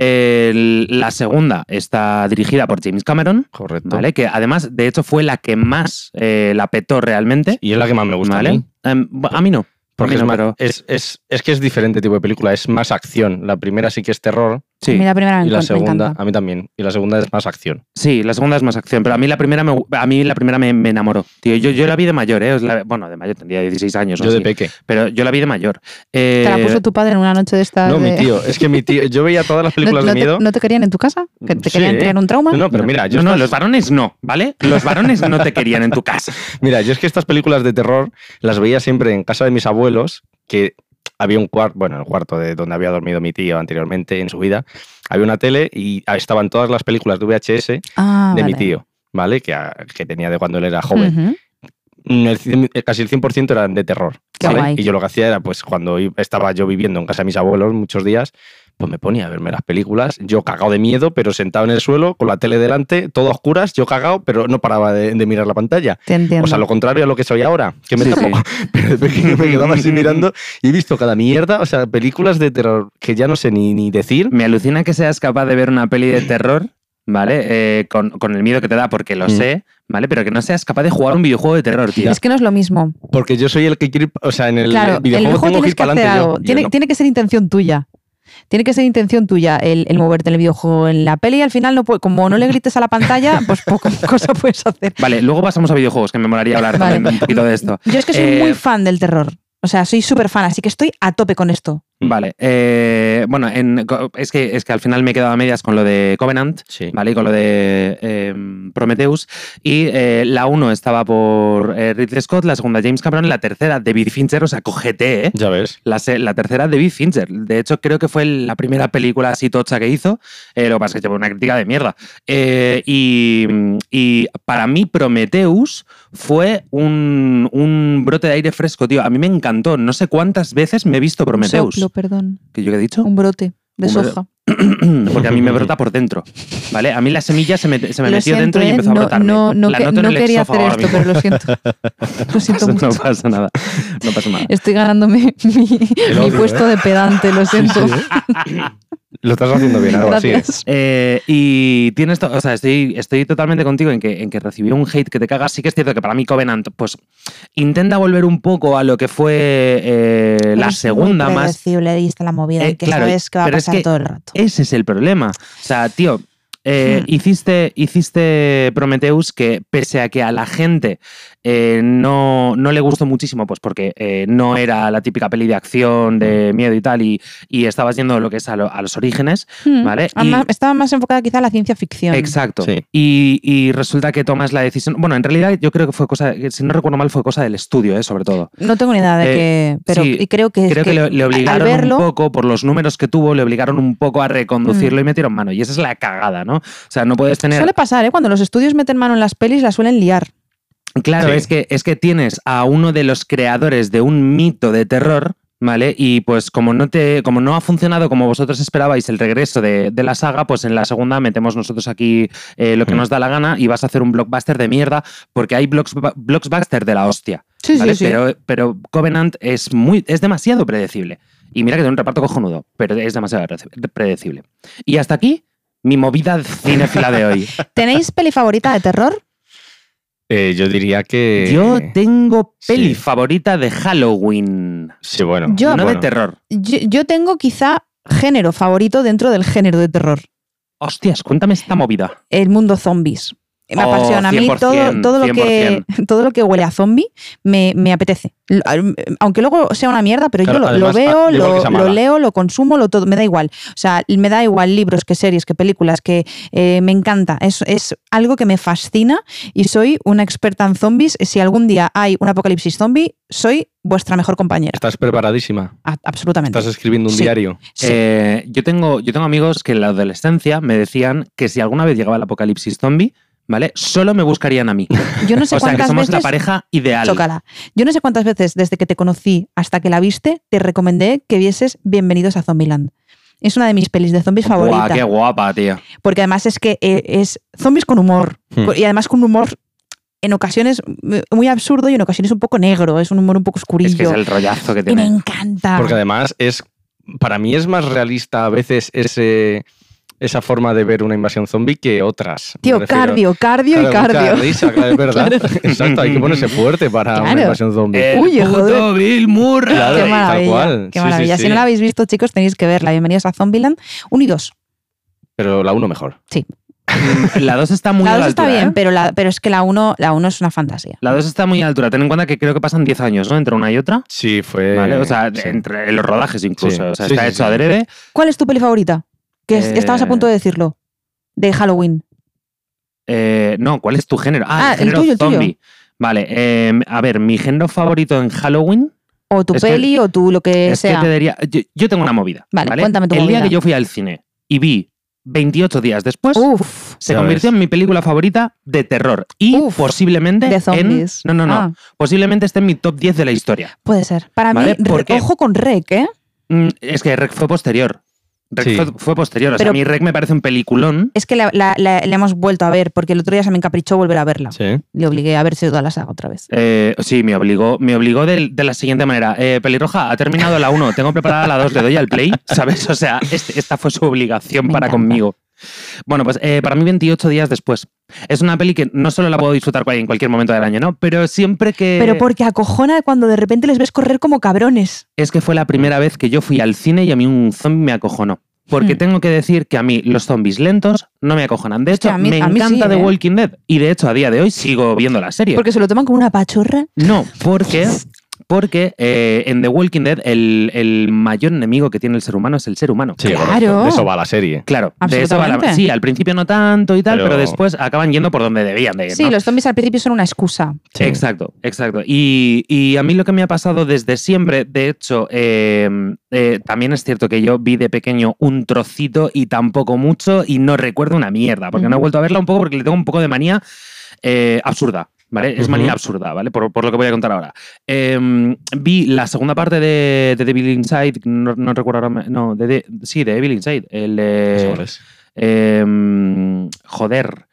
El- la segunda está dirigida por James Cameron, Correcto. ¿vale? Que además, de hecho, fue la que más eh, la petó realmente. Y es la que más me gusta ¿Vale? a mí. Em, bu- a mí no. Porque A mí es, no, más- pero- es, es- es que es diferente tipo de película, es más acción. La primera sí que es terror A Sí, mí la primera me, y la encon- me segunda, encanta. a mí también. Y la segunda es más acción. sí, la segunda es más acción, pero a mí la primera me, gu- a mí la primera me, me enamoró. Tío, yo, yo la vi de mayor, ¿eh? Os la- bueno, de mayor tendría 16 años, o Yo de así, peque. pero yo la vi de mayor. Eh, Te la puso tu padre en una noche de estas. No, de- mi tío, es que mi tío, yo veía todas las ¿No, películas no de miedo. Te, no te querían en tu casa? ¿Que te Sí. querían crear un trauma? No, no, pero mira, yo no, no, estas- los varones no, ¿vale? Los varones no te querían en tu casa. Mira, yo es que estas películas de terror las veía siempre en casa de mis abuelos, que había un cuarto, bueno, el cuarto de donde había dormido mi tío anteriormente en su vida, había una tele y estaban todas las películas de VHS de Ah, mi vale. tío, ¿vale? Que, a- que tenía de cuando él era joven. Ujú. mm, El cien- eh, casi el 100% eran de terror. Qué ¿vale? guay. Y yo lo que hacía era, pues cuando i- estaba yo viviendo en casa de mis abuelos muchos días, pues me ponía a verme las películas, yo cagado de miedo, pero sentado en el suelo, con la tele delante, todo a oscuras, yo cagado, pero no paraba de- de mirar la pantalla. Te entiendo. O sea, lo contrario a lo que soy ahora, que me Sí, tapo. Pero de pequeño me quedaba así mirando y he visto cada mierda, o sea, películas de terror que ya no sé ni, ni decir. Me alucina que seas capaz de ver una peli de terror, ¿vale? Eh, con, con el miedo que te da, porque lo Mm. sé, ¿vale? Pero que no seas capaz de jugar un videojuego de terror, tío. Es que no es lo mismo. Porque yo soy el que quiere, ir- o sea, en el claro, el videojuego videojuego tengo que tienes ir que para hacer adelante. yo- algo. yo tiene, no. tiene que ser intención tuya. Tiene que ser intención tuya el, el moverte en el videojuego. En la peli, al final, no puede- como no le grites a la pantalla, pues poca cosa puedes hacer. Vale, luego pasamos a videojuegos, que me molaría hablar Vale. también un poquito de esto. Yo es que soy Eh, muy fan del terror. O sea, soy súper fan, así que estoy a tope con esto. Mm. Vale, eh, bueno, en- co- es, que, es que al final me he quedado a medias con lo de Covenant, Sí. ¿vale? Y con lo de em, Prometheus. Y eh, la 1 estaba por eh, Ridley Scott, la segunda James Cameron, la tercera David Fincher, o sea, cogete, ¿eh? Ya ves. La, se- la tercera David Fincher. De hecho, creo que fue la primera película así tocha que hizo. Eh, lo que pasa es que llevó una crítica de mierda. Eh, y, y para mí, Prometheus fue un, un brote de aire fresco, tío. A mí me encantó. No sé cuántas veces me he visto Un Prometheus. soplo, perdón. ¿Que yo qué he dicho? Un brote de Un brote. soja. Porque a mí me brota por dentro. ¿Vale? A mí la semilla se me, se me Lo metió siento, dentro y ¿eh? empezó a No- brotarme. No, no La que- noto en no el quería hacer exófago ahora esto, mismo. pero lo siento. Lo siento No mucho. pasa nada. No pasa nada. Estoy ganándome mi, mi ¿eh? odio, puesto de pedante, lo siento. Lo estás haciendo bien, ahora sí. Gracias. Eh, y tienes, to- o sea, estoy, estoy totalmente contigo en que, en que recibió un hate que te cagas. Sí que es cierto que para mí Covenant, pues intenta volver un poco a lo que fue eh, la Es segunda muy más. predecible y está la movida Eh, y que claro, sabes que va a pero es pasar que- todo el rato. Ese es el problema. O sea, tío, eh, Hmm. hiciste, hiciste Prometheus que pese a que a la gente eh, no, no le gustó muchísimo, pues porque eh, no era la típica peli de acción, de miedo y tal, y, y estabas yendo lo que es a, lo- a los orígenes. Hmm. Vale, Ah, y- más- Estaba más enfocada quizá a la ciencia ficción. Exacto. Sí. Y, y resulta que tomas la decisión. Bueno, en realidad yo creo que fue cosa, si no recuerdo mal, fue cosa del estudio, eh, sobre todo. No tengo ni idea de Eh, qué. Pero sí, y creo que, Creo que, le, le al obligaron verlo- un poco, por los números que tuvo, le obligaron un poco a Hmm. reconducirlo y metieron mano. Y esa es la cagada, ¿no? O sea, no puedes tener. suele pasar, ¿eh? Cuando los estudios meten mano en las pelis, la suelen liar. Claro, Sí. es, que, es que tienes a uno de los creadores de un mito de terror, ¿vale? Y pues como no, te, como no ha funcionado como vosotros esperabais el regreso de, de la saga, pues en la segunda metemos nosotros aquí eh, lo que Hmm. Mm. nos da la gana y vas a hacer un blockbuster de mierda, porque hay blocks- blockbuster de la hostia. Sí, ¿vale? sí, sí. Pero, pero Covenant es, muy, es demasiado predecible. Y mira que tiene un reparto cojonudo, pero es demasiado prece- predecible. Y hasta aquí mi movida cinéfila de hoy. ¿Tenéis peli favorita de terror? Eh, yo diría que. Yo Eh, tengo peli sí. favorita de Halloween. Sí, bueno. Yo- no bueno. de terror. Yo, yo tengo quizá género favorito dentro del género de terror. Hostias, cuéntame esta movida. El mundo zombies. Me Oh, apasiona. A mí todo, 100%, todo, lo que, todo lo que huele a zombie me, me apetece. Lo- Aunque luego sea una mierda, pero Claro, yo lo, lo además, veo, ah, igual que lo, sea lo mala. leo, lo consumo, lo todo. Me da igual. O sea, me da igual libros que series, que películas, que eh, me encanta. Es, es algo que me fascina y soy una experta en zombies. Si algún día hay un apocalipsis zombie, soy vuestra mejor compañera. Estás preparadísima. A- absolutamente. Estás escribiendo un Sí. diario. Sí. Eh, yo, tengo, yo tengo amigos que en la adolescencia me decían que si alguna vez llegaba el apocalipsis zombie, ¿vale? Solo me buscarían a mí. yo no sé o sea, que cuántas somos la veces pareja ideal. Chócala. Yo no sé cuántas veces desde que te conocí hasta que la viste, te recomendé que vieses Bienvenidos a Zombieland. Es una de mis pelis de zombies Buah, favorita. qué guapa, tío. Porque además es que eh, es zombies con humor. Hmm. Y además con un humor en ocasiones mm, muy absurdo y en ocasiones un poco negro. Es un humor un poco oscurillo. Es que es el rollazo que Y me tiene. encanta. Porque además es. Para mí es más realista a veces ese, esa forma de ver una invasión zombie que otras. Me Tío, refiero- cardio, cardio y Claro, mucha cardio. risa, claro, es verdad. Exacto, hay que ponerse fuerte para Claro. una invasión zombie. El Uy, puto joder. Bill Murray. Claro, Qué tal maravilla. cual. Qué Sí, sí, maravilla. sí. Si no la habéis visto, chicos, tenéis que verla. Bienvenidos a Zombieland 1 y 2. Pero la uno mejor. La 2 está muy La a 2 la está altura, bien, ¿eh? pero, la, pero es que la 1 la uno es una fantasía. La 2 está muy a la altura. Ten en cuenta que creo que pasan 10 años, ¿no? Entre una y otra. Sí, fue. Eh, ¿Vale? O sea, sí. entre los rodajes incluso. Sí. O sea, Sí, está sí, hecho sí. adrede. ¿Cuál es tu peli favorita? Que es- estabas a Eh, punto de decirlo. De Halloween. Eh, no, ¿cuál es tu género? Ah, el Ah, el género tuyo, el tuyo. zombie. Vale, eh, a ver, mi género favorito en Halloween O tu es que- peli, o tu lo que es Eh, sea. que te diría. Yo, yo tengo una movida. Vale, cuéntame tu El movida. día que yo fui al cine y vi 28 días después, Uh. Uf. se Ya convirtió ves. en mi película favorita de terror. Y Uf, posiblemente. De en- zombies. no, no, no. Ah, Posiblemente esté en mi top 10 de la historia. puede ser. Para Vale, mí, re- ¿por qué? ojo con Rec, ¿eh? Mm, es que Rec fue posterior. Rec Sí. fue, fue posterior. O sea, Pero- a mí Rec me parece un peliculón. Es que la, la- la- la hemos vuelto a ver, porque el otro día se me encaprichó volver a verla. Sí. Le obligué a verse toda la saga otra vez. Eh, sí, me obligó, me obligó de, de la siguiente manera. Eh, Pelirroja, ha terminado la 1, tengo preparada la 2, le doy al play, ¿sabes? O sea, este- esta fue su obligación Me para encanta. conmigo. Bueno, pues eh, para mí 28 días después. Es una peli que no solo la puedo disfrutar cual- en cualquier momento del año, ¿no? Pero siempre que... Pero porque acojona cuando de repente les ves correr como cabrones. Es que fue la primera vez que yo fui al cine y a mí un zombie me acojonó. Porque Hmm. tengo que decir que a mí los zombies lentos no me acojonan. De hecho, Hostia, a mí- me a mí sí, encanta The ¿eh? Walking Dead. Y de hecho, a día de hoy sigo viendo la serie. Porque se lo toman como una pachorra. No, porque, porque eh, en The Walking Dead el, el mayor enemigo que tiene el ser humano es el ser humano. Sí, Claro. correcto. De eso va la serie. Claro, de eso va la- Absolutamente. sí, al principio no tanto y tal, pero, Pero- después acaban yendo por donde debían de ir. Sí, Eh, ¿no? los zombies al principio son una excusa. Sí. Exacto, exacto. Y, y a mí lo que me ha pasado desde siempre, de hecho, eh, eh, también es cierto que yo vi de pequeño un trocito y tampoco mucho y no recuerdo una mierda, porque no he Ujú. vuelto a verla un poco porque le tengo un poco de manía eh, absurda. ¿Vale? Es manía Ujú. absurda, ¿vale? Por, por lo que voy a contar ahora. Eh, vi la segunda parte de, de Devil Inside, no, no recuerdo ahora. No, de, de- Eh, sí, de Devil Inside. El, de- Eso es. eh, Em, joder.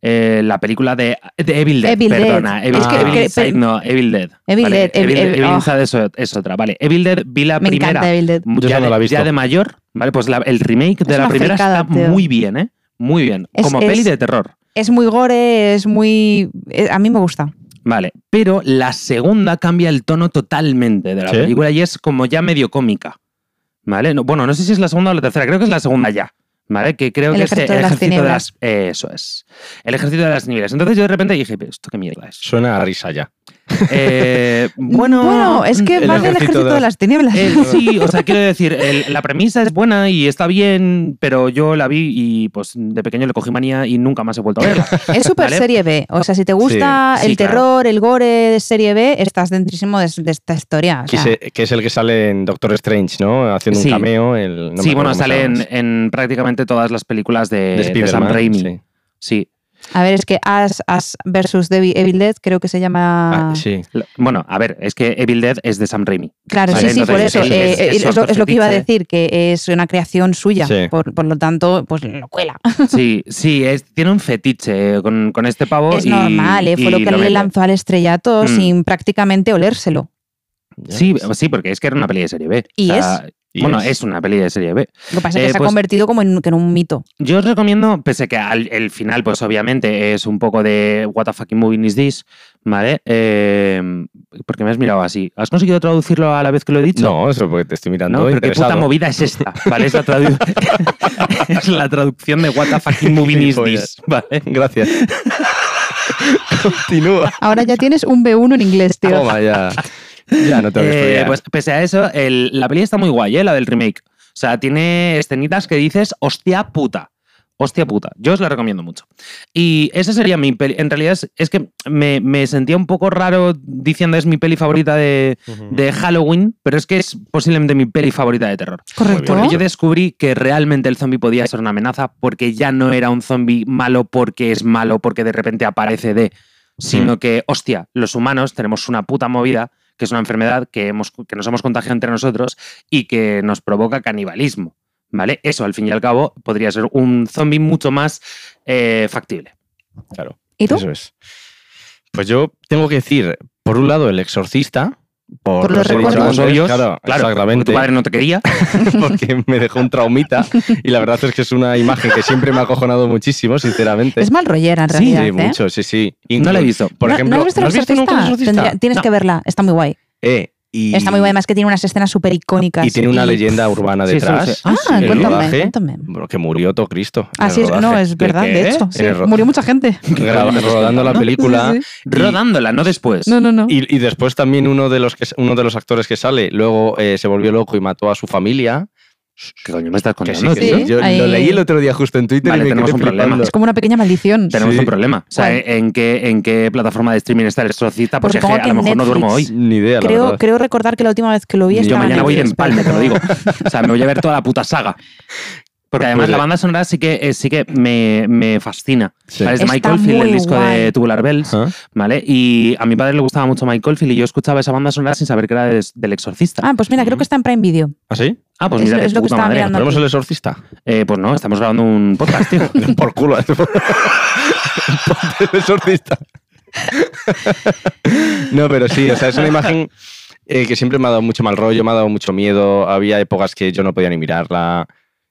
eh, la película de, de Evil Dead. Evil Dead. perdona, Evil, Es que- Evil que- Inside, pero- no, Evil Dead. Evil Vale, Dead, Evil, Evil- Evil oh. Inside es, o- es otra. Vale, Evil Dead vi la Me primera. encanta Evil Dead. Yo esa ya, no la he de, visto. ya de mayor, ¿vale? Pues la- el remake de Es la una primera fricada, está tío. muy bien, ¿eh? Muy bien. Es- Como es- peli de terror. Es muy gore, es muy. eh, a mí me gusta. Vale. Pero la segunda cambia el tono totalmente de la ¿Sí? película y es como ya medio cómica. ¿Vale? No- bueno, no sé si es la segunda o la tercera, creo que es la segunda ya. ¿Vale? Que creo El que es ejército de las tinieblas. eh, Eso es. El ejército de las niveles. Entonces yo de repente dije, "Pero ¿esto qué mierda es? Suena a risa ya. Eh, bueno, bueno, es que el más del ejército de las tinieblas. Eh, sí, o sea, quiero decir, el- la premisa es buena y está bien, pero yo la vi y pues de pequeño le cogí manía y nunca más he vuelto a verla. Es súper Vale. serie B. O sea, si te gusta Sí, sí, el claro. terror, el gore de serie B, estás dentrísimo de, de esta historia. o Que, sea, se- que es el que sale en Doctor Strange, ¿no? Haciendo Sí. un cameo. El, no me sí, acuerdo bueno, cómo se sale llama. este. en, en prácticamente todas las películas de, de Eh, de Sam Spider-Man. Raimi. Sí. sí. A ver, es que As, As versus Devi- Evil Dead creo que se llama. Ah, sí. La- Bueno, a ver, es que Evil Dead es de Sam Raimi. Claro, Vale, sí, sí, entonces por es- eso. es- eh, es- eh, es es, lo, otro es lo que iba a fetiche. decir, que es una creación suya. Sí. Por, por lo tanto, pues lo cuela. Sí, sí, es- tiene un fetiche con, con este pavo. es y- normal, ¿eh? y Fue lo que le vende. lanzó al estrellato Mm. sin prácticamente olérselo. Ya. Sí, sí, porque es que era una peli de serie B. Y Y Bueno, es una peli de serie B. Lo que pasa es Eh, que se pues- ha convertido como en, que en un mito. Yo os recomiendo, pese que al el final, pues obviamente es un poco de What the fucking movie is this, ¿vale? Eh, porque me has mirado así. ¿Has conseguido traducirlo a la vez que lo he dicho? No, eso porque te estoy mirando. No, pero qué interesado. puta movida es esta, ¿vale? Es la, tradu- es la traducción de What the fucking movie is this, ¿vale? Gracias. Continúa. Ahora ya tienes un B1 en inglés, tío. Toma ya. Ya no tengo que Eh, estudiar. pues pese a eso, el- la peli está muy guay, ¿eh? La del remake. O sea, tiene escenitas que dices, hostia puta. Hostia puta. Yo os la recomiendo mucho. Y esa sería mi peli. En realidad es, es que me, me sentía un poco raro diciendo es mi peli favorita de, Ujú. de Halloween, pero es que es posiblemente mi peli favorita de terror. Correcto. Muy Porque yo descubrí que realmente el zombie podía ser una amenaza porque ya no era un zombie malo porque es malo, porque de repente aparece de, sino Mm. que, hostia, los humanos tenemos una puta movida, que es una enfermedad que, hemos, que nos hemos contagiado entre nosotros y que nos provoca canibalismo. ¿Vale? Eso, al fin y al cabo, podría ser un zombie mucho más eh, factible. Claro. ¿Y tú? Eso es. Pues yo tengo que decir, por un lado, el exorcista. Por, Por los que he dicho recuerdos. antes, obvios, Claro, porque exactamente. tu padre no te quería. Porque me dejó un traumita. Y la verdad es que es una imagen que siempre me ha acojonado muchísimo, sinceramente. Es mal rollera, en sí, realidad. ¿eh? mucho, sí, sí. No la he Inclu- visto. Por ¿No- ejemplo, ¿no has visto, ¿no El has visto nunca El Exorcista? Exorcista? Tendría- tienes No. que verla, está muy guay. Eh, y, Está muy guay, además que tiene unas escenas súper icónicas. Y tiene una leyenda urbana Sí, eso lo detrás. sé. Ah, el cuéntame, rodaje, cuéntame. bueno, que murió todo Cristo. en el Así Ah, es, no, rodaje. es verdad, qué? de hecho. En sí, el ro- murió mucha gente. Gra- rodando la ¿no? película. Sí, sí, sí. y- Rodándola, no después. No, no, no. Y, y después también uno de los que uno de los actores que sale luego eh, se volvió loco y mató a su familia. ¿Qué coño me estás Que sí, contando, que sí. tío? sí. Yo ahí- lo leí el otro día justo en Twitter y Vale, me quedé tenemos un problema. flipando. Es como una pequeña maldición. Tenemos Sí. un problema. O sea, ¿Cuál? ¿en qué, ¿en qué plataforma de streaming está el exorcista? Pues Porque supongo je, a que lo en mejor no duermo Netflix. hoy. Ni idea, la creo, verdad. creo recordar que la última vez que lo vi Yo estaba Yo en mañana voy de Netflix, empalme, te lo pero- digo. O sea, me voy a ver toda la puta saga. Porque además Pues, la eh, banda sonora sí que, eh, sí que me, me fascina. Sí. Ah. ¿Vale? ¿Ah? Es de Está Michael Field, el muy disco de guay. Tubular Bells, Ajá. ¿vale? Y a mi padre le gustaba mucho Michael Field y yo escuchaba esa banda sonora sin saber que era des- del exorcista. Ah, pues mira, creo que está en Prime Video. ¿Ah, sí? Ah, pues es mira, lo- de es lo que puta estaba madre. mirando. ¿Ponemos el exorcista? Eh, pues no, estamos grabando un podcast, tío. Por culo. Ponte el exorcista. No, pero sí, o sea, es una imagen eh, que siempre me ha dado mucho mal rollo, me ha dado mucho miedo. Había épocas que yo no podía ni mirarla.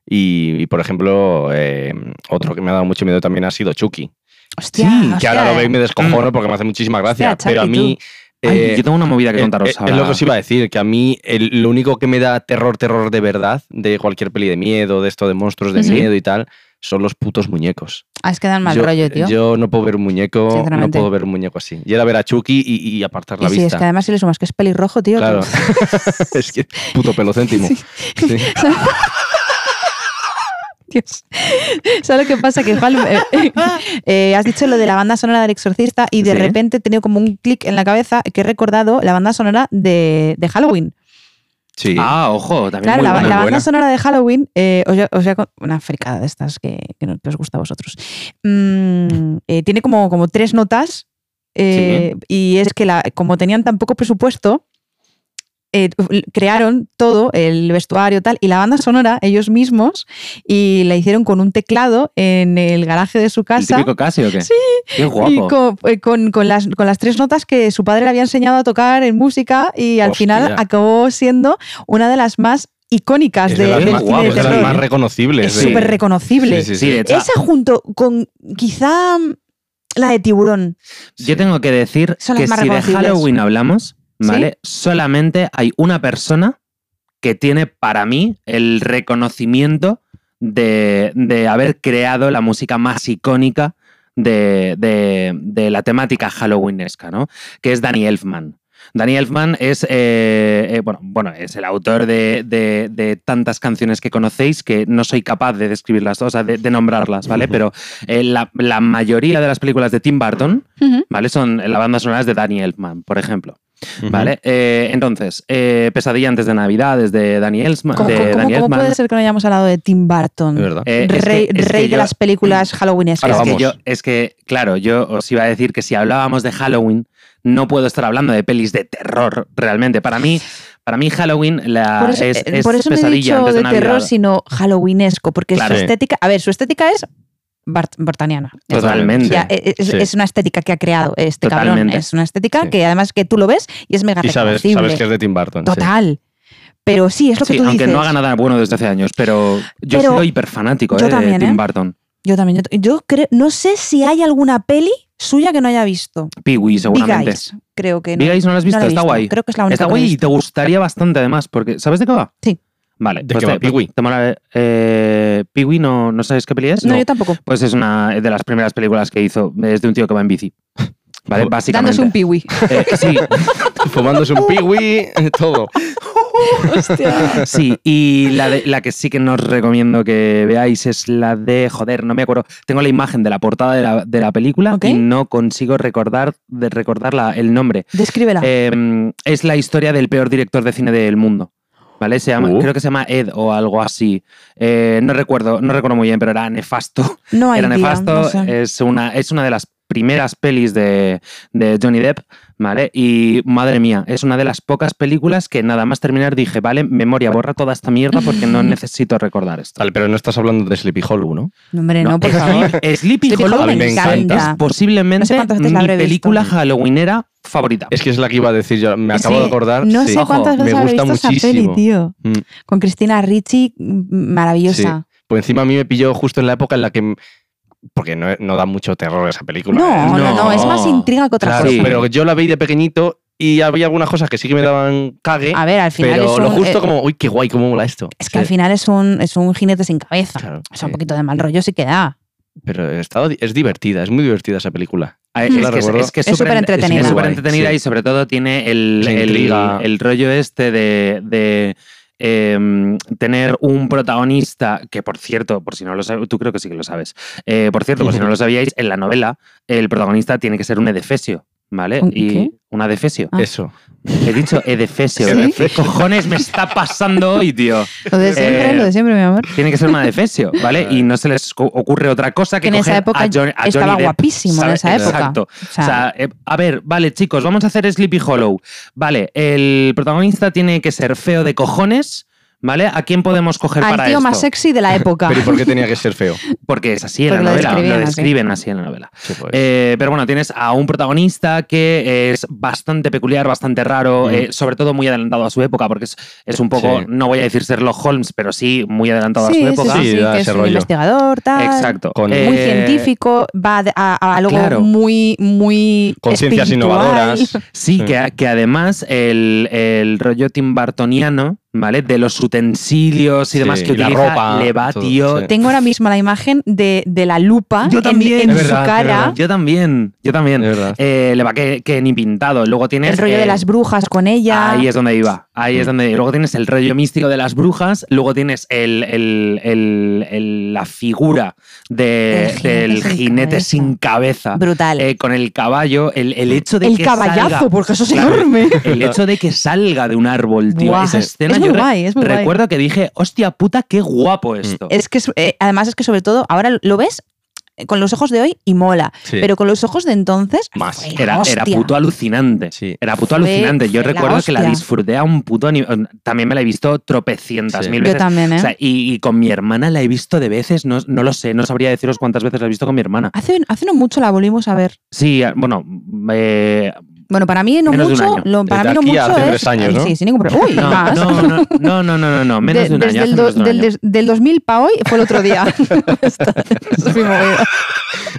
Y, y, por ejemplo, eh, otro que me ha dado mucho miedo también ha sido Chucky. Hostia, que hostia, ahora lo veo y me descojono porque me hace muchísima gracia. Hostia, pero a Chucky, mí. Ay, eh, yo tengo una movida que eh, contaros eh, ahora. Es lo que os iba a decir, que a mí el- lo único que me da terror, terror de verdad, de cualquier peli de miedo, de esto de monstruos, de Ujú. miedo y tal, son los putos muñecos. Ah, es que dan mal yo, rollo, tío. yo no puedo ver un muñeco, no Sinceramente. puedo ver un muñeco así. Y era ver a Chucky y, y apartar y la sí, es vista. que además si le sumas que es pelirrojo, tío. claro. que- es que puto pelocéntimo. Sí. Dios. ¿Sabes lo que pasa? Que igual eh, eh, has dicho lo de la banda sonora del exorcista y de Sí. repente he tenido como un clic en la cabeza que he recordado la banda sonora de, de Halloween. Sí. Ah, ojo, también Claro, muy la, buena. la banda buena. sonora de Halloween, eh, os, voy a- os voy a con- una fricada de estas que, que no- que os gusta a vosotros. Mm, eh, tiene como, como tres notas eh, y es que la, como tenían tan poco presupuesto, eh, crearon todo, el vestuario tal, y la banda sonora ellos mismos y la hicieron con un teclado en el garaje de su ¿El casa. típico casi o qué? Sí. Qué guapo. Y con, eh, con- con las, con las tres notas que su padre le había enseñado a tocar en música y al Hostia. final acabó siendo una de las más icónicas Es de, de las del más, cine guau, de es de las terror. más reconocibles. Es de- súper reconocible. Sí, sí, Sí, sí. de hecho, Esa junto con quizá mm, la de tiburón. yo tengo que decir Son las que más si de reconocibles. Halloween hablamos, ¿Sí? ¿vale? Solamente hay una persona que tiene para mí el reconocimiento de, de haber creado la música más icónica de, de- de la temática halloweenesca, ¿no? Que es Danny Elfman. Danny Elfman es, eh, eh, bueno, bueno, es el autor de, de- de tantas canciones que conocéis que no soy capaz de describirlas, o sea, de, de nombrarlas, ¿vale? Pero eh, la, la mayoría de las películas de Tim Burton, Ujú. ¿vale? Son la banda sonora es de Danny Elfman, por ejemplo. Ujú. ¿Vale? Eh, entonces, eh, Pesadilla antes de Navidad es de Danny Elfman. ¿Cómo, de cómo- Danny cómo Elfman. puede ser que no hayamos hablado de Tim Burton? Es verdad. Eh, es que- rey es que rey de yo- las películas halloweenescas. Ahora es que vamos. yo, es que, claro, yo os iba a decir que si hablábamos de Halloween, no puedo estar hablando de pelis de terror realmente. Para mí, para mí Halloween la, Por eso, es, eh, es por eso no he pesadilla dicho antes de de Navidad. terror, sino halloweenesco, porque Claro. su Sí. estética, a ver, su estética es bart- bartaniana. Ya está. Totalmente. Ya, eh, es, Sí. es una estética que ha creado este cabrón. Totalmente. Es una estética Sí. que además que tú lo ves y es mega Y sabes, reconocible. sabes que es de Tim Burton. sí. Total. Pero sí, es lo que Sí, tú aunque dices. no haga nada bueno desde hace años, pero yo Pero soy hiperfanático yo eh, también, de Tim ¿eh? Burton. Yo también. Yo, t- yo creo, no sé si hay alguna peli suya que no haya visto. Pee-wee, Big seguramente. Eyes, creo que no. Big Eyes no lo has No visto, la he está visto. guay. Creo que es la única Está que no he guay y visto. te gustaría bastante además, porque ¿sabes de qué va? Sí. Vale, ¿De pues qué te, va Pee-wee? te mola, eh, Pee-wee no, no sabes qué peli es. No, yo tampoco. Pues es una de las primeras películas que hizo. Es de un tío que va en bici. ¿Vale? Joder. Básicamente. Dándose un piwi. Eh, sí, Fumándose un piwi, todo. Hostia. sí. Y la, de- la que sí que nos recomiendo que veáis es la de. Joder, no me acuerdo. Tengo la imagen de la portada de la, de la película Ok. y no consigo recordar, de recordar la- el nombre. Descríbela. Eh, es la historia del peor director de cine del mundo. ¿Vale? Se llama, Uh. Creo que se llama Ed o algo así. Eh, no recuerdo, no recuerdo muy bien, pero era nefasto. no hay Era día, nefasto. eh, no sé. es, una, es una de las primeras pelis de, de Johnny Depp, ¿vale? Y madre mía, es una de las pocas películas que nada más terminar dije, vale, memoria, borra toda esta mierda porque no necesito recordar esto. Vale, pero no estás hablando de Sleepy Hollow, ¿no? No, Hombre, no, por es- favor. Sleepy Sleepy Hollow A mí me me encanta. encanta. es posiblemente No sé cuántas veces la mi habré visto. película halloweenera favorita. Es que es la que iba a decir yo. Me acabo Sí, de acordar. No sí. sé cuántas Ojo, veces me habré gusta visto esa muchísimo. peli, tío. Mm. Con Cristina Ricci, mm, maravillosa. Pues encima a mí me pilló justo en la época en la que. m- Porque no, no da mucho terror esa película. ¿eh? No, no, no, No. es más intriga que otra Claro, Sí. cosa. pero yo la vi de pequeñito y había algunas cosas que sí que me daban cague. A ver, al final Pero es un, lo justo eh, como, uy, qué guay, cómo mola esto. es que al final es un, es un jinete sin cabeza. Claro, o sea, un sí. poquito de mal rollo sí que da. Pero está- es divertida, es muy divertida esa película. A ver, Mm. Es La que es- recuerdo. es que Es superentretenida. Ah, Es Es muy súper guay, entretenida sí. y sobre todo tiene el, La el- intriga. el rollo este de, de, em, tener un protagonista que, por cierto, por si no lo sabes, tú creo que sí que lo sabes. Eh, por cierto, por si no lo sabíais, en la novela el protagonista tiene que ser un edefesio, ¿vale? ¿Un y qué? Un adefesio. Ah. Eso. He dicho edefesio. ¿Sí? ¿Qué cojones me está pasando hoy, tío? Lo de siempre, Eh, lo de siempre, mi amor. Tiene que ser un adefesio, ¿vale? Y no se les co- ocurre otra cosa que, Que en esa coger época a Johnny- a Johnny Estaba Depp, guapísimo en ¿sabes? esa época. Exacto. O O sea, sea, eh, a ver, vale, chicos, vamos a hacer Sleepy Hollow. Vale, el protagonista tiene que ser feo de cojones, ¿vale? ¿A quién podemos coger al para tío esto? más sexy de la época. Pero ¿y por qué tenía que ser feo? Porque es así en Porque la lo novela, describían lo así. describen así en la novela. Sí, pues. Eh, pero bueno, tienes a un protagonista que es bastante peculiar, bastante raro, Mm. eh, sobre todo muy adelantado a su época, porque es, es un poco, Sí. no voy a decir Sherlock Holmes, pero sí muy adelantado sí, a su sí, época. sí, Sí, sí, da que es ese un rollo. investigador, tal. Exacto. Con- Muy Eh, ah, científico, va de- a, a algo claro. muy, muy. Conciencias espiritual. innovadoras. Sí, Sí. que, que además el, el rollo Tim Burtoniano, ¿vale? De los utensilios y Sí, demás que y la utiliza, ropa, le va, todo, tío. sí. Tengo ahora mismo la imagen de, de la lupa Yo en- también. en, Es su verdad, es cara. verdad. Yo también, yo Es también. verdad. Eh, le va que, que ni pintado. Luego tienes. El rollo eh, de las brujas con ella. Ahí es donde iba. Ahí es Mm. donde. Luego tienes el rollo místico de las brujas. Luego tienes el, el- el- el- la figura de- El jinete del sin jinete cabeza. sin cabeza. Brutal. eh, con el caballo. El, el hecho de el que caballazo, salga- porque eso es Claro. enorme. El hecho de que salga de un árbol, tío. Buah. Esa escena es muy yo re- guay, es muy guay. Mm. recuerdo que dije, hostia puta, qué guapo esto. Es que, es- eh, además, es que sobre todo, ahora lo ves con los ojos de hoy y mola. Sí. Pero con los ojos de entonces. Más. fue la Era, era hostia. puto alucinante. Sí. Era puto Fue- alucinante. fue Yo la recuerdo que la hostia. disfruté a un puto nivel. También me la he visto tropecientas Sí. mil Yo veces. también, ¿eh? O sea, y, y con mi hermana la he visto de veces, no, no lo sé, no sabría deciros cuántas veces la he visto con mi hermana. hace, hace no mucho la volvimos a ver. Sí, a- bueno, eh, Bueno, para mí no Menos de un mucho. año. lo- para mí Desde no aquí a mucho. hace es- tres años, ¿no? Sí, sin ningún problema. Uy, no, más. no, no, no, no, no, no, no, menos De- de un desde el año. hace do- menos de un del, año. des- del 2000 para hoy fue el otro día. Entonces, mi movida.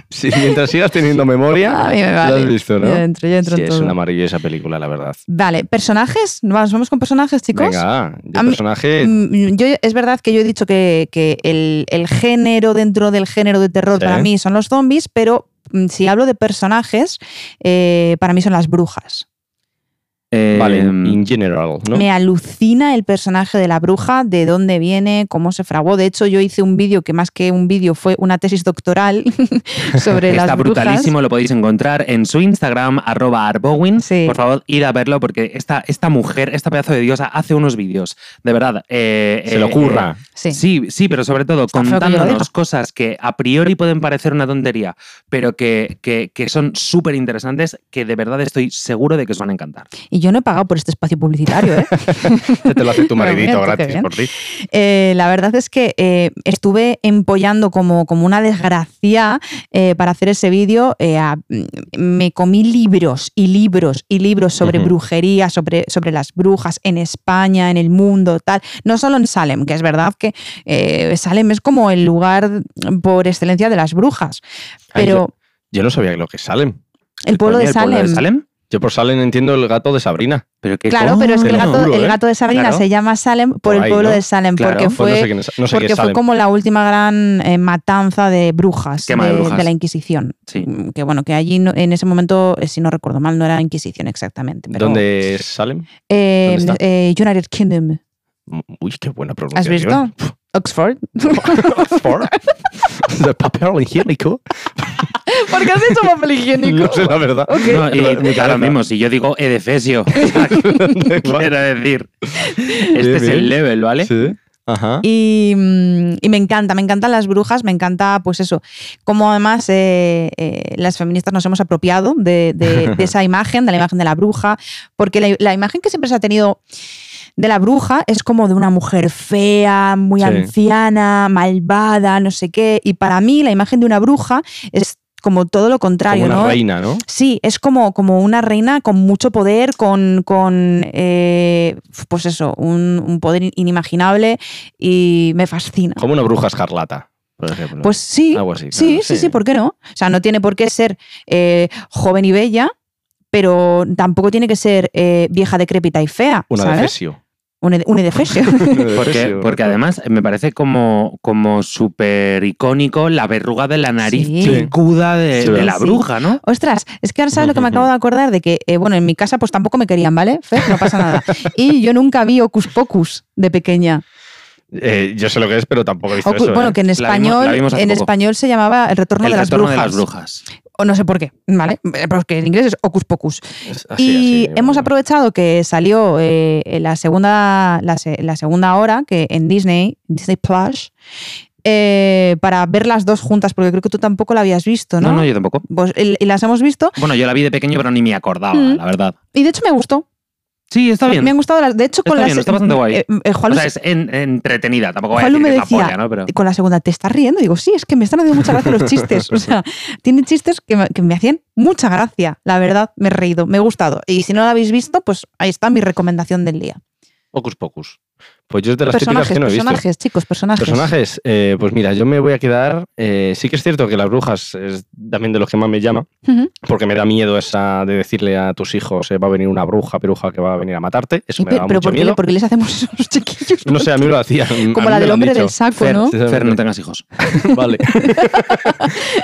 Sí, mientras sigas teniendo memoria, A mí me vale. Eh, lo has visto, ¿no? Yo entro, yo entro Sí, en es todo. una maravillosa película, la verdad. Vale, personajes. Vamos, vamos con personajes, chicos. Venga, yo A mí- personaje. Mm, Yo, es verdad que yo he dicho que, que el, el género dentro del género de terror Sí. para mí son los zombies, pero mm, si hablo de personajes, eh, para mí son las brujas. Eh, vale, in general, ¿no? Me alucina el personaje de la bruja, de dónde viene, cómo se fraguó. De hecho, yo hice un vídeo que más que un vídeo fue una tesis doctoral sobre Está las brujas. brutalísimo, lo podéis encontrar en su Instagram, arroba arbowin. Sí. Por favor, id a verlo porque esta, esta mujer, esta pedazo de diosa, hace unos vídeos. De verdad. eh, Se le eh, ocurra. Sí. Sí, sí, pero sobre todo Está feo que yo lo diga. contándonos cosas que a priori pueden parecer una tontería, pero que, que- que son súper interesantes, que de verdad estoy seguro de que os van a encantar. Y yo no he pagado por este espacio publicitario, ¿eh? Te lo hace tu Pero mira maridito tú qué gratis bien. por ti. Eh, la verdad es que eh, estuve empollando como, como una desgracia eh, para hacer ese vídeo. eh, a- mm, me comí libros y libros y libros sobre Ujú. brujería, sobre, sobre las brujas en España, en el mundo, tal. No solo en Salem, que es verdad que eh, Salem es como el lugar por excelencia de las brujas, Ay, pero Yo no sabía lo que salen. el pueblo de Coño, ¿el Salem... pueblo de Salem? Yo por salen entiendo el gato de Sabrina. Pero qué Claro, pero es que el Te lo coño. gato, juro, el ¿eh? gato de Sabrina Claro. se llama Salem por, Por el ahí, pueblo ¿no? de Salem, Claro. porque Pues fue... no sé, quién es- no sé qué porque es fue Salem. como la última gran eh, matanza de brujas de, Quema de brujas. de la Inquisición. Sí. Mm, Que bueno, que allí no- en ese momento, eh, si no recuerdo mal, no era Inquisición exactamente. Pero, ¿Dónde es Salem? Eh, dónde está? eh, United Kingdom. Mm, Uy, qué buena ¿Has visto? pronunciación. Oxford. Por de papel higiénico. ¿Por qué has dicho papel higiénico? No sé la verdad. No, y Mi da cabeza. lo eh, mismo, si yo digo Edefesio, quiero decir, este es bien. el level, ¿vale? Sí. Ajá. Y, mm, y me encanta, me encantan las brujas, me encanta, pues eso, como además eh, eh, las feministas nos hemos apropiado de, de- de esa imagen, de la imagen de la bruja, porque la, la imagen que siempre se ha tenido de la bruja es como de una mujer fea, muy Sí. anciana, malvada, no sé qué, y para mí la imagen de una bruja es como todo lo contrario, Como una ¿no? reina, ¿no? Sí, es como, como una reina con mucho poder, con, con eh, pues eso, un, un poder inimaginable y me fascina. Como una bruja escarlata, por ejemplo. Pues sí, Algo así. sí, Ah, claro. sí, sí, ¿por qué no? O sea, no tiene por qué ser eh, joven y bella, pero tampoco tiene que ser eh, vieja, decrépita y fea, Una ¿sabes? defesio. Un, ed- un edefesio. Porque, porque además me parece como, como súper icónico la verruga de la nariz Sí. picuda de, Sí, de la sí. bruja, ¿no? Ostras, es que ahora sabes lo que me acabo de acordar de que, eh, bueno, en mi casa pues tampoco me querían, ¿vale? Fer, no pasa nada. Y yo nunca vi Ocus Pocus de pequeña. Eh, yo sé lo que es, pero tampoco he visto O cu- eso. bueno, ¿eh? que en vimos- la español, vimos hace en poco. español se llamaba El retorno, el de, las retorno brujas, de las brujas. O no sé por qué, ¿vale? Eh, Porque en inglés es hocus pocus. Es así, y así, hemos bueno. aprovechado que salió eh, la, segunda, la, se- la segunda hora que en Disney, Disney Plus, eh, para ver las dos juntas, porque creo que tú tampoco la habías visto, ¿no? No, no, yo tampoco. Pues, el- y las hemos visto Bueno, yo la vi de pequeño, pero ni me acordaba, Mm. la verdad. y de hecho me gustó. Sí, está bien. Me han gustado las. De hecho, con Está las. bien, está bastante guay. eh, eh, Juanlu o sea, se- es en- entretenida, tampoco voy a Juanlu decir me que es decía, la polla, ¿no? Pero... Y con la segunda, ¿te estás riendo? Digo, sí, es que me están haciendo mucha gracia los chistes. O sea, tiene chistes que me, que me hacían mucha gracia. La verdad, me he reído, me he gustado. Y si no la habéis visto, pues ahí está mi recomendación del día. Hocus Pocus. Pues yo es de las típicas personajes, que no he visto. personajes, chicos, personajes. Personajes, eh, pues mira, yo me voy a quedar. eh, sí que es cierto que las brujas es también de los que más me llama, Ujú. porque me da miedo esa de decirle a tus hijos eh, va a venir una bruja, piruja que va a venir a matarte. Eso Y me pe- da pero mucho ¿por qué, miedo. por qué les hacemos eso a los chiquillos? No sé, a mí me lo hacían. Como la del hombre del saco, Fer, ¿no? Fer, no tengas hijos. Vale.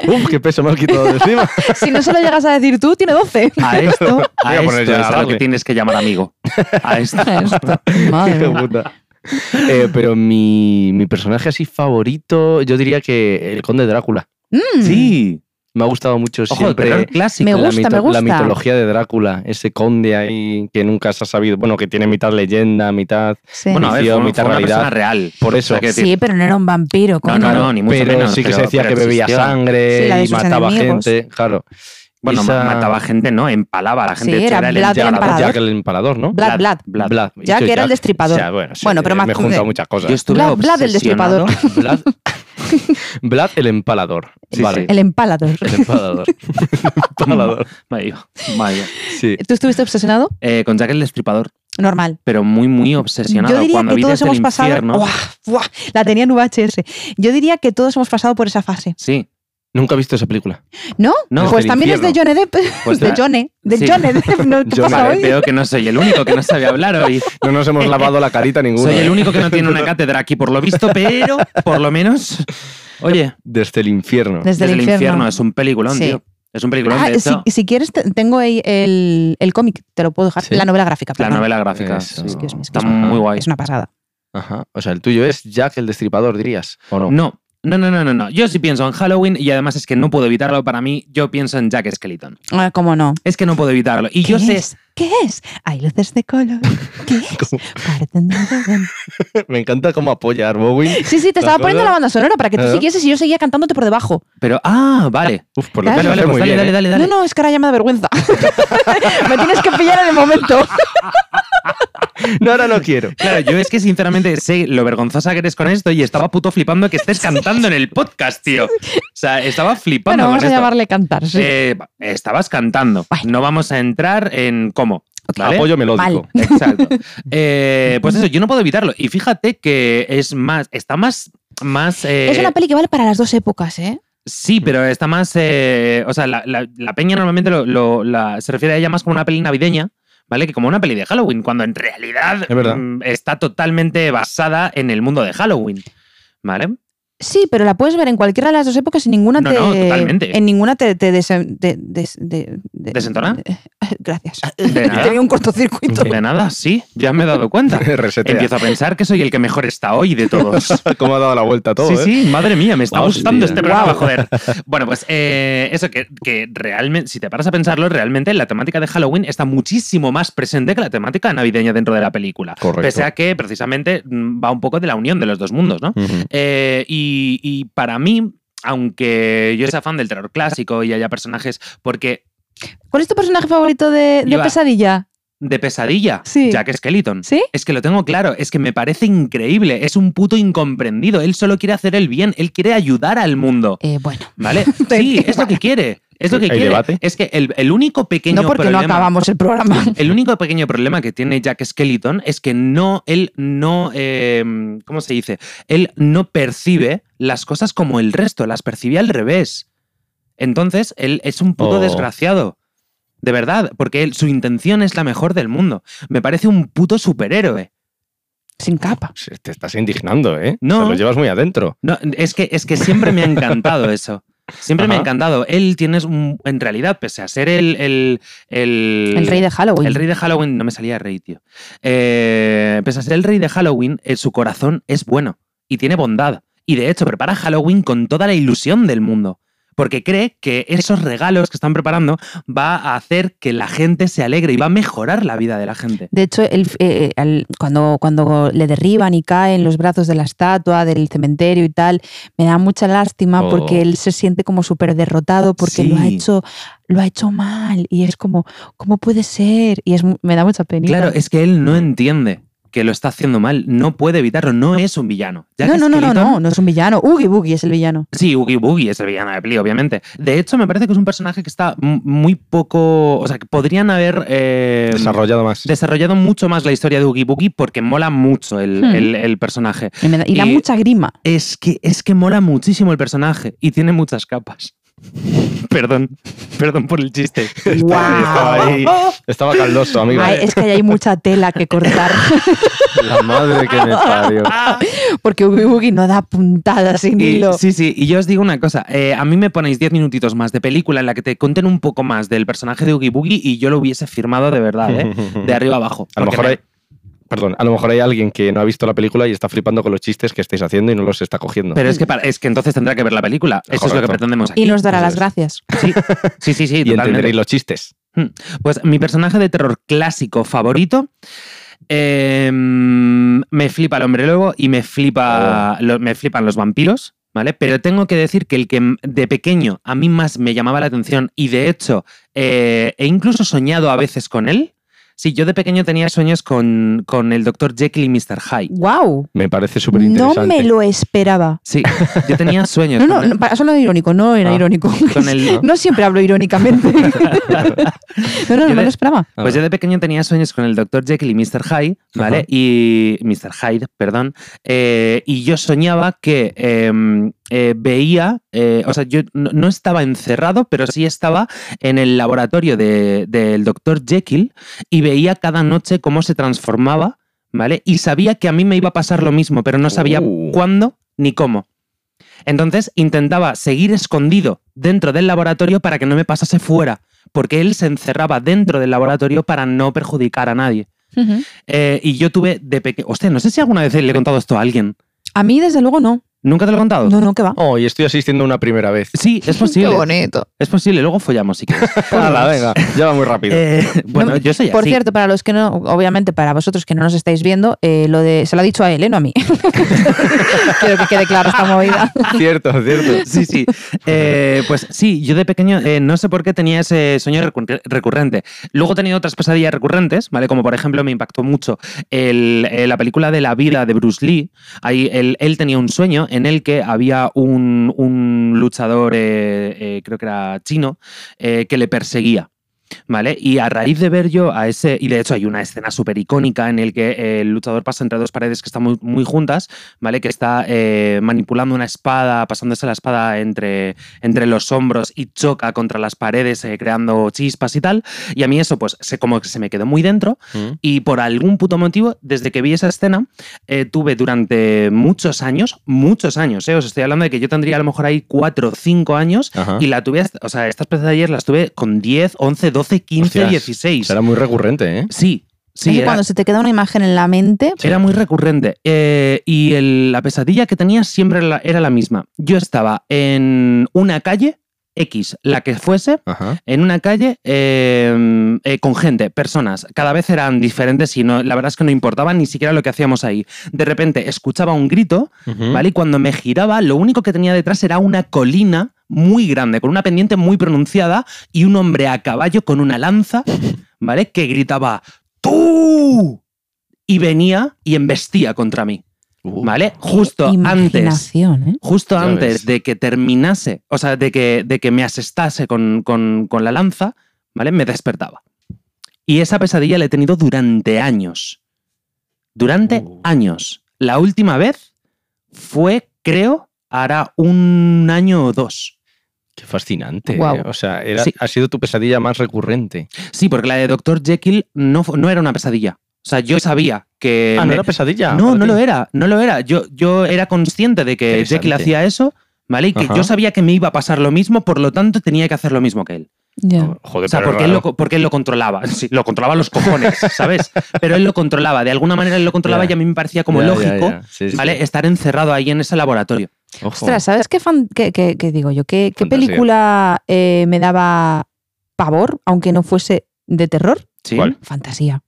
Uf, qué peso me has quitado de encima. Si no se lo llegas a decir tú, tiene 12. A esto, a Voy a poner esto ya a es a lo darle. que tienes que llamar amigo. A esto. Madre Hijo Ah, de mía. puta. Eh, pero mi, mi personaje así favorito, yo diría que el conde Drácula. Mm. Sí. Me ha gustado mucho Ojo, el siempre terror clásico. Me la, gusta, mito- la gusta. mitología de Drácula, ese conde ahí que nunca se ha sabido, bueno, que tiene mitad leyenda, mitad... Sí. Bueno, a ver, Ficción, fue, mitad fue una realidad. persona real. Por eso. O sea, quiero decir, sí, pero no era un vampiro. No, coño. no, no, ni mucho pero menos, sí que pero- se decía pero que bebía existió. Sí, la sangre de y sus mataba enemigos. gente, claro. Bueno, ma- Esa- mataba gente, no, empalaba a la gente. Sí, esto era el Vlad el Jack, empalador. empalador. Jack el empalador, ¿no? Vlad, Vlad. Vlad. Jack Yo era el destripador. O sea, bueno, sí, Bueno, pero eh, más- me he juntado muchas cosas. Yo estuve Vlad- Vlad el obsesionado. destripador. Vlad, Vlad el empalador. Sí, vale. El empalador. El empalador. empalador. Vaya, vaya. Sí. ¿Tú estuviste obsesionado? Eh, con Jack el Destripador, Normal. pero muy, muy obsesionado. Yo diría Cuando que vi todos desde hemos el pasado. infierno- ¡Buah! ¡Buah! La tenía en VHS. Yo diría que todos hemos pasado por esa fase. Sí, Nunca he visto esa película. ¿No? No, pues del también es de infierno. Johnny Depp. Pues de la- Johnny. De sí. Johnny Depp. ¿no? ¿Qué Johnny pasa vale, hoy? veo que no soy el único que no sabe hablar hoy. No nos hemos lavado la carita ninguno. Soy el ¿eh? único que no tiene una cátedra aquí, por lo visto, pero por lo menos. Oye, Desde el infierno. Desde, el infierno. es un peliculón, Sí. tío. Es un peliculón, Ah, de hecho, si, si quieres, te- tengo ahí el, el cómic, te lo puedo dejar. Sí. La novela gráfica, la perdón. novela gráfica. Eso. Sí. Es que es- es que Está es- muy guay. Es una pasada. Ajá. O sea, el tuyo es Jack el Destripador, dirías. ¿O no? No, no, no, no, no, no. Yo sí pienso en Halloween y además es que no puedo evitarlo para mí. Yo pienso en Jack Skeleton. Ah, ¿Cómo no? Es que no puedo evitarlo. Y ¿Qué yo sé. es? ¿Qué es? Hay luces de color. ¿Qué es? Parecen de algodón. Me encanta cómo apoya Arbowin. Sí, sí, te ¿La estaba poniendo cosa? la banda sonora para que tú Ah. siguieses y yo seguía cantándote por debajo. Pero, ah, vale. Uf, por lo Claro. que Vale, lo vale, hace pues muy dale, bien. dale, ¿eh? dale, dale. No, no, es que ahora ya me da vergüenza. me tienes que pillar en el momento. No, ahora no quiero. Claro, yo es que sinceramente sé lo vergonzosa que eres con esto y estaba puto flipando que estés cantando en el podcast, tío. O sea, estaba flipando Bueno, con vamos a esto. llamarle cantar. sí. Eh, estabas cantando. Vale. No vamos a entrar en cómo. ¿vale? Apoyo melódico. Vale. Exacto. Eh, pues eso, yo no puedo evitarlo. Y fíjate que es más, está más, más. eh, es una peli que vale para las dos épocas, ¿eh? Sí, pero está más. eh, o sea, la, la- la peña normalmente lo- lo- la- se refiere a ella más como una peli navideña, ¿vale? Que como una peli de Halloween, cuando en realidad Es verdad. mm, está totalmente basada en el mundo de Halloween, ¿vale? Sí, pero la puedes ver en cualquiera de las dos épocas y ninguna No, te. no, totalmente. En ninguna te. te desen- te- des- de- de- ¿Desentona? Ah, de- gracias. De nada. Tenía un cortocircuito. De nada, sí, ya me he dado cuenta. Resetea. Empiezo a pensar que soy el que mejor está hoy de todos. Cómo ha dado la vuelta a todo, sí, ¿eh? sí, madre mía, me está Hostia. gustando este programa, ¿eh? Guau. joder. Bueno, pues eh, eso que, que realmente, si te paras a pensarlo, realmente la temática de Halloween está muchísimo más presente que la temática navideña dentro de la película. Correcto. Pese a que precisamente mm, va un poco de la unión de los dos mundos, ¿no? Ujú. Eh, y, y para mí, aunque yo sea fan del terror clásico y haya personajes, porque ¿Cuál es tu personaje favorito de, de Iba. pesadilla? de pesadilla, Sí. Jack Skeleton. ¿Sí? Es que lo tengo claro, es que me parece increíble, es un puto incomprendido, él solo quiere hacer el bien, él quiere ayudar al mundo. Eh, bueno. ¿Vale? Sí, es lo que quiere. Es lo que ¿Hay quiere. debate? Es que el, el único pequeño No porque problema. no acabamos el programa. El único pequeño problema que tiene Jack Skeleton es que no, él no, eh, ¿cómo se dice? Él no percibe las cosas como el resto, las percibe al revés. Entonces, él es un puto Oh. desgraciado. De verdad, porque él- su intención es la mejor del mundo. Me parece un puto superhéroe. Sin capa. Se- Te estás indignando, ¿eh? No. Te lo llevas muy adentro. No, es que, es que siempre me ha encantado eso. Siempre me ha Ajá. encantado. Él tiene, un- en realidad, pese a ser el, el, el- El rey de Halloween. el rey de Halloween, no me salía rey, tío. Eh, pese a ser el rey de Halloween, eh, su corazón es bueno y tiene bondad. Y de hecho, prepara Halloween con toda la ilusión del mundo. Porque cree que esos regalos que están preparando va a hacer que la gente se alegre y va a mejorar la vida de la gente. De hecho, el- eh, eh, al- cuando, cuando le derriban y caen los brazos de la estatua, del cementerio y tal, me da mucha lástima Oh. porque él se siente como súper derrotado porque lo, ha Sí. hecho, lo ha hecho mal y es como, ¿cómo puede ser? Y es, mu- me da mucha pena. Claro, es que él no entiende que lo está haciendo mal, no puede evitarlo, no es un villano. Jack no, no, no, no, Skellington- no, no es un villano. Oogie Boogie es el villano. Sí, Oogie Boogie es el villano de Pli, obviamente. De hecho, me parece que es un personaje que está m- muy poco. O sea, que podrían haber eh, Desarrollado más. desarrollado mucho más la historia de Oogie Boogie porque mola mucho el, Hmm. el- el personaje. Y, me da, y da Y- mucha grima. Es que, es que mola muchísimo el personaje y tiene muchas capas. perdón, perdón por el chiste. estaba ¡Guau! ahí. Estaba caldoso, amigo. Ay, es que ahí hay mucha tela que cortar La madre que me parió. porque Oogie Boogie no da puntadas sin Y- hilo. sí, sí, y yo os digo una cosa, eh, a mí me ponéis 10 minutitos más de película en la que te conten un poco más del personaje de Oogie Boogie y yo lo hubiese firmado de verdad, ¿eh? de arriba abajo. A lo porque mejor me- hay, Perdón, a lo mejor hay alguien que no ha visto la película y está flipando con los chistes que estáis haciendo y no los está cogiendo. Pero es que, para- es que entonces tendrá que ver la película. Eso es lo que Correcto. pretendemos aquí. Y nos dará eso las es. gracias. Sí, sí, sí, sí, y totalmente. entenderéis los chistes. Pues mi personaje de terror clásico favorito. em, me flipa el hombre lobo y me Oh. flipa lo- me flipan los vampiros, ¿vale? Pero tengo que decir que el que m- de pequeño a mí más me llamaba la atención y de hecho eh, he incluso soñado a veces con él. Sí, yo de pequeño tenía sueños con, con el Dr. Jekyll y Mr. Hyde. ¡Wow! Me parece súper No interesante. me lo esperaba. Sí, yo tenía sueños. No, no, con él. no, para- solo de irónico, no era Ah, irónico. con el- No siempre hablo irónicamente. No, no, Yo no me de- lo esperaba. Ah, Pues yo de pequeño tenía sueños con el Dr. Jekyll y Mr. Hyde, ¿vale? Ajá. Y Mr. Hyde, perdón. Eh, y yo soñaba que em, eh, veía, eh, o sea, yo no, no estaba encerrado, pero sí estaba en el laboratorio de- del Dr. Jekyll y veía cada noche cómo se transformaba, ¿vale? Y sabía que a mí me iba a pasar lo mismo, pero no sabía Uh. cuándo ni cómo. Entonces intentaba seguir escondido dentro del laboratorio para que no me pasase fuera, porque él se encerraba dentro del laboratorio para no perjudicar a nadie. Ujú. Eh, y yo tuve de pequeño... Hostia, no sé si alguna vez le he contado esto a alguien. A mí, desde luego, no. ¿Nunca te lo he contado? No, no, que va. Oh, y estoy asistiendo una primera vez. Sí, es posible. bonito. Es posible, luego follamos si quieres. Hala, venga, ya va muy rápido. Eh, bueno, No, yo soy Por así. cierto, para los que no, obviamente para vosotros que no nos estáis viendo, eh, lo de se lo ha dicho a él, eh, no a mí. Quiero que quede claro esta movida. Cierto, cierto. Sí, sí. Eh, pues sí, yo de pequeño eh, no sé por qué tenía ese sueño recurre- recurrente. Luego he tenido otras pesadillas recurrentes, ¿vale? Como por ejemplo me impactó mucho el- eh, la película de la vida de Bruce Lee. Ahí él, él tenía un sueño en el que había un, un luchador, eh, eh, creo que era chino, eh, que le perseguía. ¿Vale? Y a raíz de ver yo a ese, y de hecho hay una escena súper icónica en el que eh, el luchador pasa entre dos paredes que están muy, muy juntas, ¿vale? Que está eh, manipulando una espada, pasándose la espada entre, entre los hombros y choca contra las paredes, eh, creando chispas y tal. Y a mí eso, pues, se, como que se me quedó muy dentro. Mm. Y por algún puto motivo, desde que vi esa escena, eh, tuve durante muchos años, muchos años, ¿eh? Os estoy hablando de que yo tendría a lo mejor ahí cuatro o cinco años. Ajá. Y la tuve, hasta- o sea, estas pesadillas las tuve con 10, 11, 12, 15, Hostias, 16. Será muy recurrente, ¿eh? Sí, sí. Es que era- cuando se te queda una imagen en la mente, Sí. era muy recurrente. Eh, y el- la pesadilla que tenía siempre la- era la misma. Yo estaba en una calle X, la que fuese, Ajá. en una calle eh, eh, con gente, personas. Cada vez eran diferentes y no, la verdad es que no importaba ni siquiera lo que hacíamos ahí. De repente escuchaba un grito, Ujú. ¿vale? Y cuando me giraba, lo único que tenía detrás era una colina muy grande, con una pendiente muy pronunciada y un hombre a caballo con una lanza, ¿vale? Que gritaba ¡Tú! Y venía y embestía contra mí, Uh. ¿vale? Justo antes imaginación, ¿eh? justo Ya antes ves. de que terminase, o sea, de que, de que me asestase con, con- con la lanza, ¿vale? Me despertaba. Y esa pesadilla la he tenido durante años. Durante Uh. años. La última vez fue, creo, hará un año o dos. Qué fascinante. ¿eh? Guau. O sea, era- Sí. ha sido tu pesadilla más recurrente. Sí, porque la de Dr. Jekyll no, fu- no era una pesadilla. O sea, yo sabía que... ah, Eh, me- no era pesadilla. No, para no ti. lo era, no lo era. Yo, yo era consciente de que Interesante. Jekyll hacía eso, ¿vale? Y que Ajá. yo sabía que me iba a pasar lo mismo, por lo tanto tenía que hacer lo mismo que él. Ya. Joder, O sea, pero porque es él, lo, raro. co- porque él lo controlaba. Sí, lo controlaba a los cojones, ¿sabes? Pero él lo controlaba. De alguna manera él lo controlaba Ya. y a mí me parecía como Ya, ya, lógico, ya. Sí, sí. ¿vale? Estar encerrado ahí en ese laboratorio. Ojo. Ostras, ¿sabes qué, fan- qué- qué- qué digo yo? ¿Qué, qué Fantasía. película eh, me daba pavor, aunque no fuese de terror? ¿Sí? ¿Cuál? Fantasía.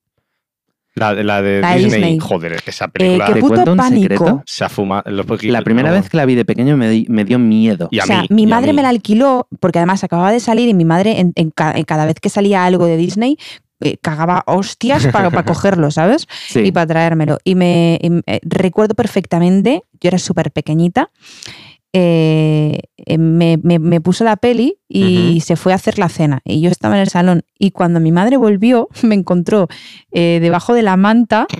La, de- la de La de Disney. Disney. Joder, es que esa Eh, película qué ¿Te puto cuento un pánico. secreto? se ha fumado. los poquitos, La primera vamos. vez que la vi de pequeño me, di- me dio miedo. Y a o sea, mí, y mi a madre mí. me la alquiló porque además acababa de salir y mi madre en, en ca- en cada vez que salía algo de Disney eh, cagaba hostias para, para cogerlo, ¿sabes? Sí. Y para traérmelo. Y me y me- eh, recuerdo perfectamente, yo era súper pequeñita, eh, eh, me, me- me puso la peli y Ujú. se fue a hacer la cena. Y yo estaba en el salón y cuando mi madre volvió me encontró eh, debajo de la manta.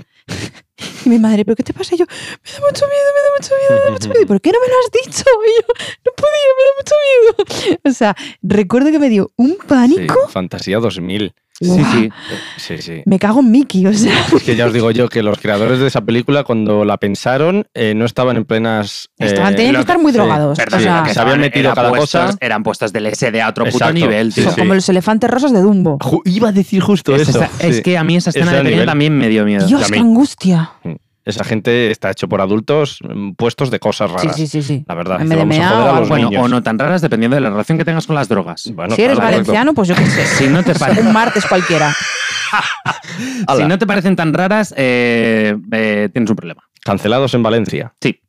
Y mi madre, ¿pero qué te pasa? Y yo, me da mucho miedo, me da mucho miedo, me da mucho miedo. ¿Y por qué no me lo has dicho? Y yo, no podía, me da mucho miedo. O sea, recuerdo que me dio un Sí, pánico. Fantasía 2000. Sí, sí. Sí, sí. Me cago en Mickey, o sea. Es que ya os digo yo que los creadores de esa película, cuando la pensaron, eh, no estaban en plenas. eh, Estaban tenían que lo- estar muy sí, drogados. perdón, o sí, sea, que se habían metido era cada puestas- cosa. Eran puestas del SD a otro puto Exacto, nivel, sí, tío. son sí. como los elefantes rosas de Dumbo. Ju- Iba a decir justo Es, eso. esa- es Sí. que a mí esa escena Ese de pequeño nivel. también me dio miedo. Y a Dios, qué mí. angustia. Esa gente está hecho por adultos mm, puestos de cosas raras. Sí, sí, sí, sí. La verdad, MDMA dice, vamos a joder o a los algo. bueno, niños. o no tan raras dependiendo de la relación que tengas con las drogas. Bueno, si eres claro, correcto. valenciano, pues yo qué sé. Si no te parece. Un martes cualquiera. Ala. Si no te parecen tan raras, eh, eh, tienes un problema. Cancelados en Valencia. Sí.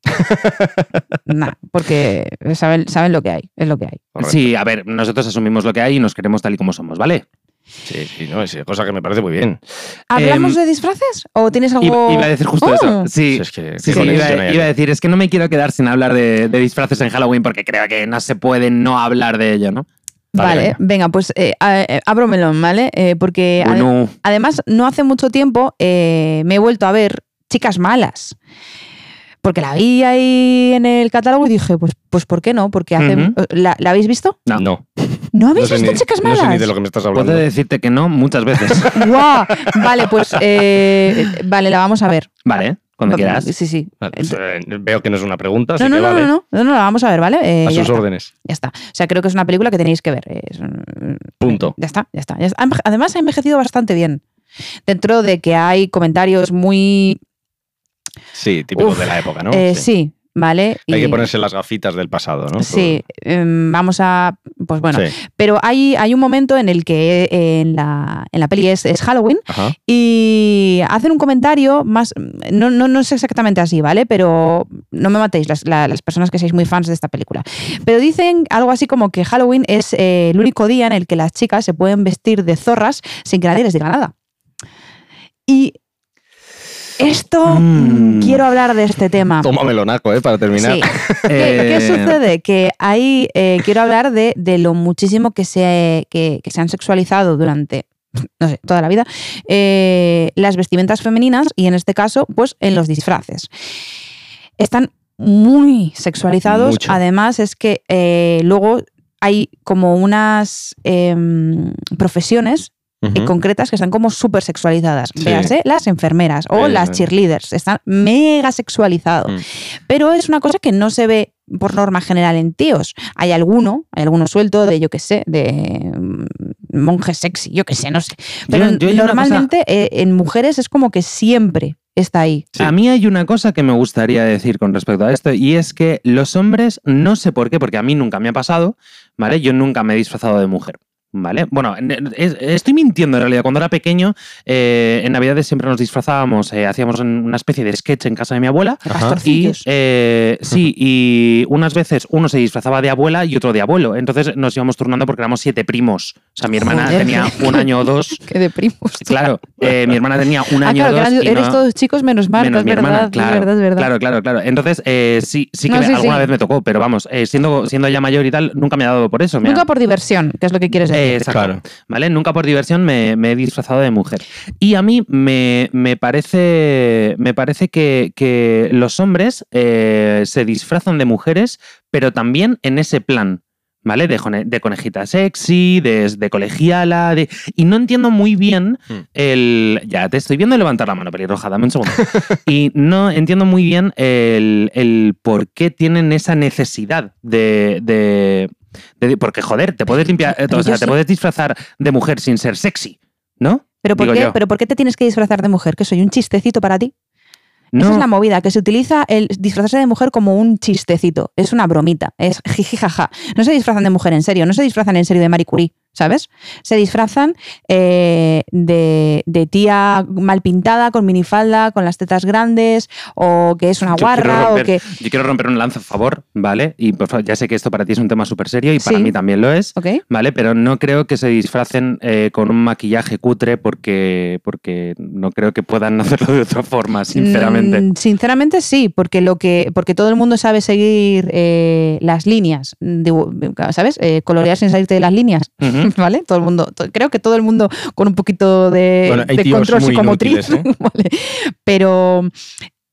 Nah, porque saben, saben lo que hay, es lo que hay. Correcto. Sí, a ver, nosotros asumimos lo que hay y nos queremos tal y como somos, ¿vale? Sí, sí, no, es cosa que me parece muy bien. ¿Hablamos de disfraces? ¿O tienes Iba, algo...? iba a decir justo Oh. eso. Sí. Si es que, qué Sí, sí, iba, conexión hay iba a aquí. decir, es que no me quiero quedar sin hablar de, de disfraces en Halloween porque creo que no se puede no hablar de ello, ¿no? Vale, Vale, venga, pues eh, a- eh, abro melón, ¿vale? Eh, porque ade- Bueno, además no hace mucho tiempo eh, me he vuelto a ver Chicas Malas. Porque la vi ahí en el catálogo y dije, pues, pues ¿por qué no? Porque hace... Ujú. ¿la, la habéis visto? No. No, ¿No no habéis sé, ni, visto Chicas no Malas? sé ni de lo que me estás hablando. puedo decirte que no muchas veces. ¡Guau! Vale, pues eh, vale, la vamos a ver. vale, cuando quieras. Sí, sí. Vale, pues, eh, veo que no es una pregunta, así no, no, que no, vale. no, no, no, no, la vamos a ver, ¿vale? Eh, A ya, sus está, órdenes. ya está. O sea, creo que es una película que tenéis que ver. Eh, Es un- Punto. Ya está, ya está. ya está. Ha enveje- Además, ha envejecido bastante bien. Dentro de que hay comentarios muy. Sí, típico Uf, de la época, ¿no? eh, sí. ¿vale? Hay Y- que ponerse las gafitas del pasado, ¿no? Sí, em, vamos a. Pues bueno. Sí. Pero hay, hay un momento en el que eh, en, la, en la peli es, es Halloween Ajá. y hacen un comentario más. No, no, no es exactamente así, ¿vale? Pero no me matéis las, la- las personas que sois muy fans de esta película. Pero dicen algo así como que Halloween es eh, el único día en el que las chicas se pueden vestir de zorras sin que nadie les diga nada. Y esto Mm. quiero hablar de este tema. Tómamelo, Naco, ¿eh? Para terminar. Sí. ¿Qué, qué Eh, sucede? Que ahí eh, quiero hablar de, de lo muchísimo que se, que, que se han sexualizado durante, no sé, toda la vida, eh, las vestimentas femeninas y en este caso, pues en los disfraces. Están muy sexualizados. Mucho. Además, es que eh, luego hay como unas em, profesiones eh, Ujú. concretas que están como súper sexualizadas. Sí. Véase, las enfermeras o Sí, las sí. cheerleaders están mega sexualizados. Mm. Pero es una cosa que no se ve por norma general en tíos. Hay alguno, hay alguno suelto de, yo qué sé, de mm, monje sexy, yo qué sé, no sé. Pero yo hay una normalmente eh, en mujeres es como que siempre está ahí. Sí. A mí hay una cosa que me gustaría decir con respecto a esto y es que los hombres, no sé por qué, porque a mí nunca me ha pasado, ¿vale? Yo nunca me he disfrazado de mujer. ¿Vale? Bueno, en- es- estoy mintiendo en realidad. Cuando era pequeño, eh, en Navidades siempre nos disfrazábamos, eh, hacíamos un- una especie de sketch en casa de mi abuela. Ajá. De Y, pastorcillos. eh, sí, y unas veces uno se disfrazaba de abuela y otro de abuelo. Entonces nos íbamos turnando porque éramos siete primos. O sea, mi hermana Joder. tenía un año o dos. Qué de primos. Claro, eh, mi hermana tenía un Ah, año claro, o que dos. eran- y eres no- todos chicos menos Marta, menos es mi verdad, hermana, es claro, verdad, es verdad. Claro, claro, claro. Entonces, eh, sí, sí que No, me- sí, alguna sí. vez me tocó, pero vamos, eh, siendo, siendo ya mayor y tal, nunca me ha dado por eso. me Nunca ha- por diversión, que es lo que quieres decir. Eh, exacto, Claro. ¿Vale? Nunca por diversión me, me he disfrazado de mujer. Y a mí me, me parece, me parece que, que los hombres eh, se disfrazan de mujeres, pero también en ese plan. ¿Vale? De, jone- de conejita sexy, de, de colegiala, de... Y no entiendo muy bien Hmm. el... Ya, te estoy viendo levantar la mano, pelirroja, dame un segundo. y no entiendo muy bien el, el por qué tienen esa necesidad de... de- de- porque, joder, te puedes limpiar... eh, Pero o sea, yo te sí- puedes disfrazar de mujer sin ser sexy, ¿no? ¿Pero por, digo qué, yo. ¿Pero por qué te tienes que disfrazar de mujer? Que soy un chistecito para ti. Esa No. es la movida, que se utiliza el disfrazarse de mujer como un chistecito. Es una bromita. Es jiji jaja. No se disfrazan de mujer en serio, no se disfrazan en serio de Marie Curie, ¿sabes? Se disfrazan eh, de, de tía mal pintada, con minifalda, con las tetas grandes, o que es una Yo quiero guarra, o romper- que. Yo quiero romper un lanza a favor, ¿vale? Y por favor, ya sé que esto para ti es un tema súper serio y para Sí. mí también lo es, ¿Ok? ¿vale? Pero no creo que se disfracen eh, con un maquillaje cutre porque, porque no creo que puedan hacerlo de otra forma, sinceramente. Mm, sinceramente sí, porque lo que, porque todo el mundo sabe seguir eh, las líneas, dibu- ¿sabes? Eh, colorear sin salirte de las líneas. Ujú. ¿Vale? Todo el mundo, to- creo que todo el mundo con un poquito de, Bueno, hay de tíos control muy psicomotriz. inútiles, ¿eh? ¿vale? Pero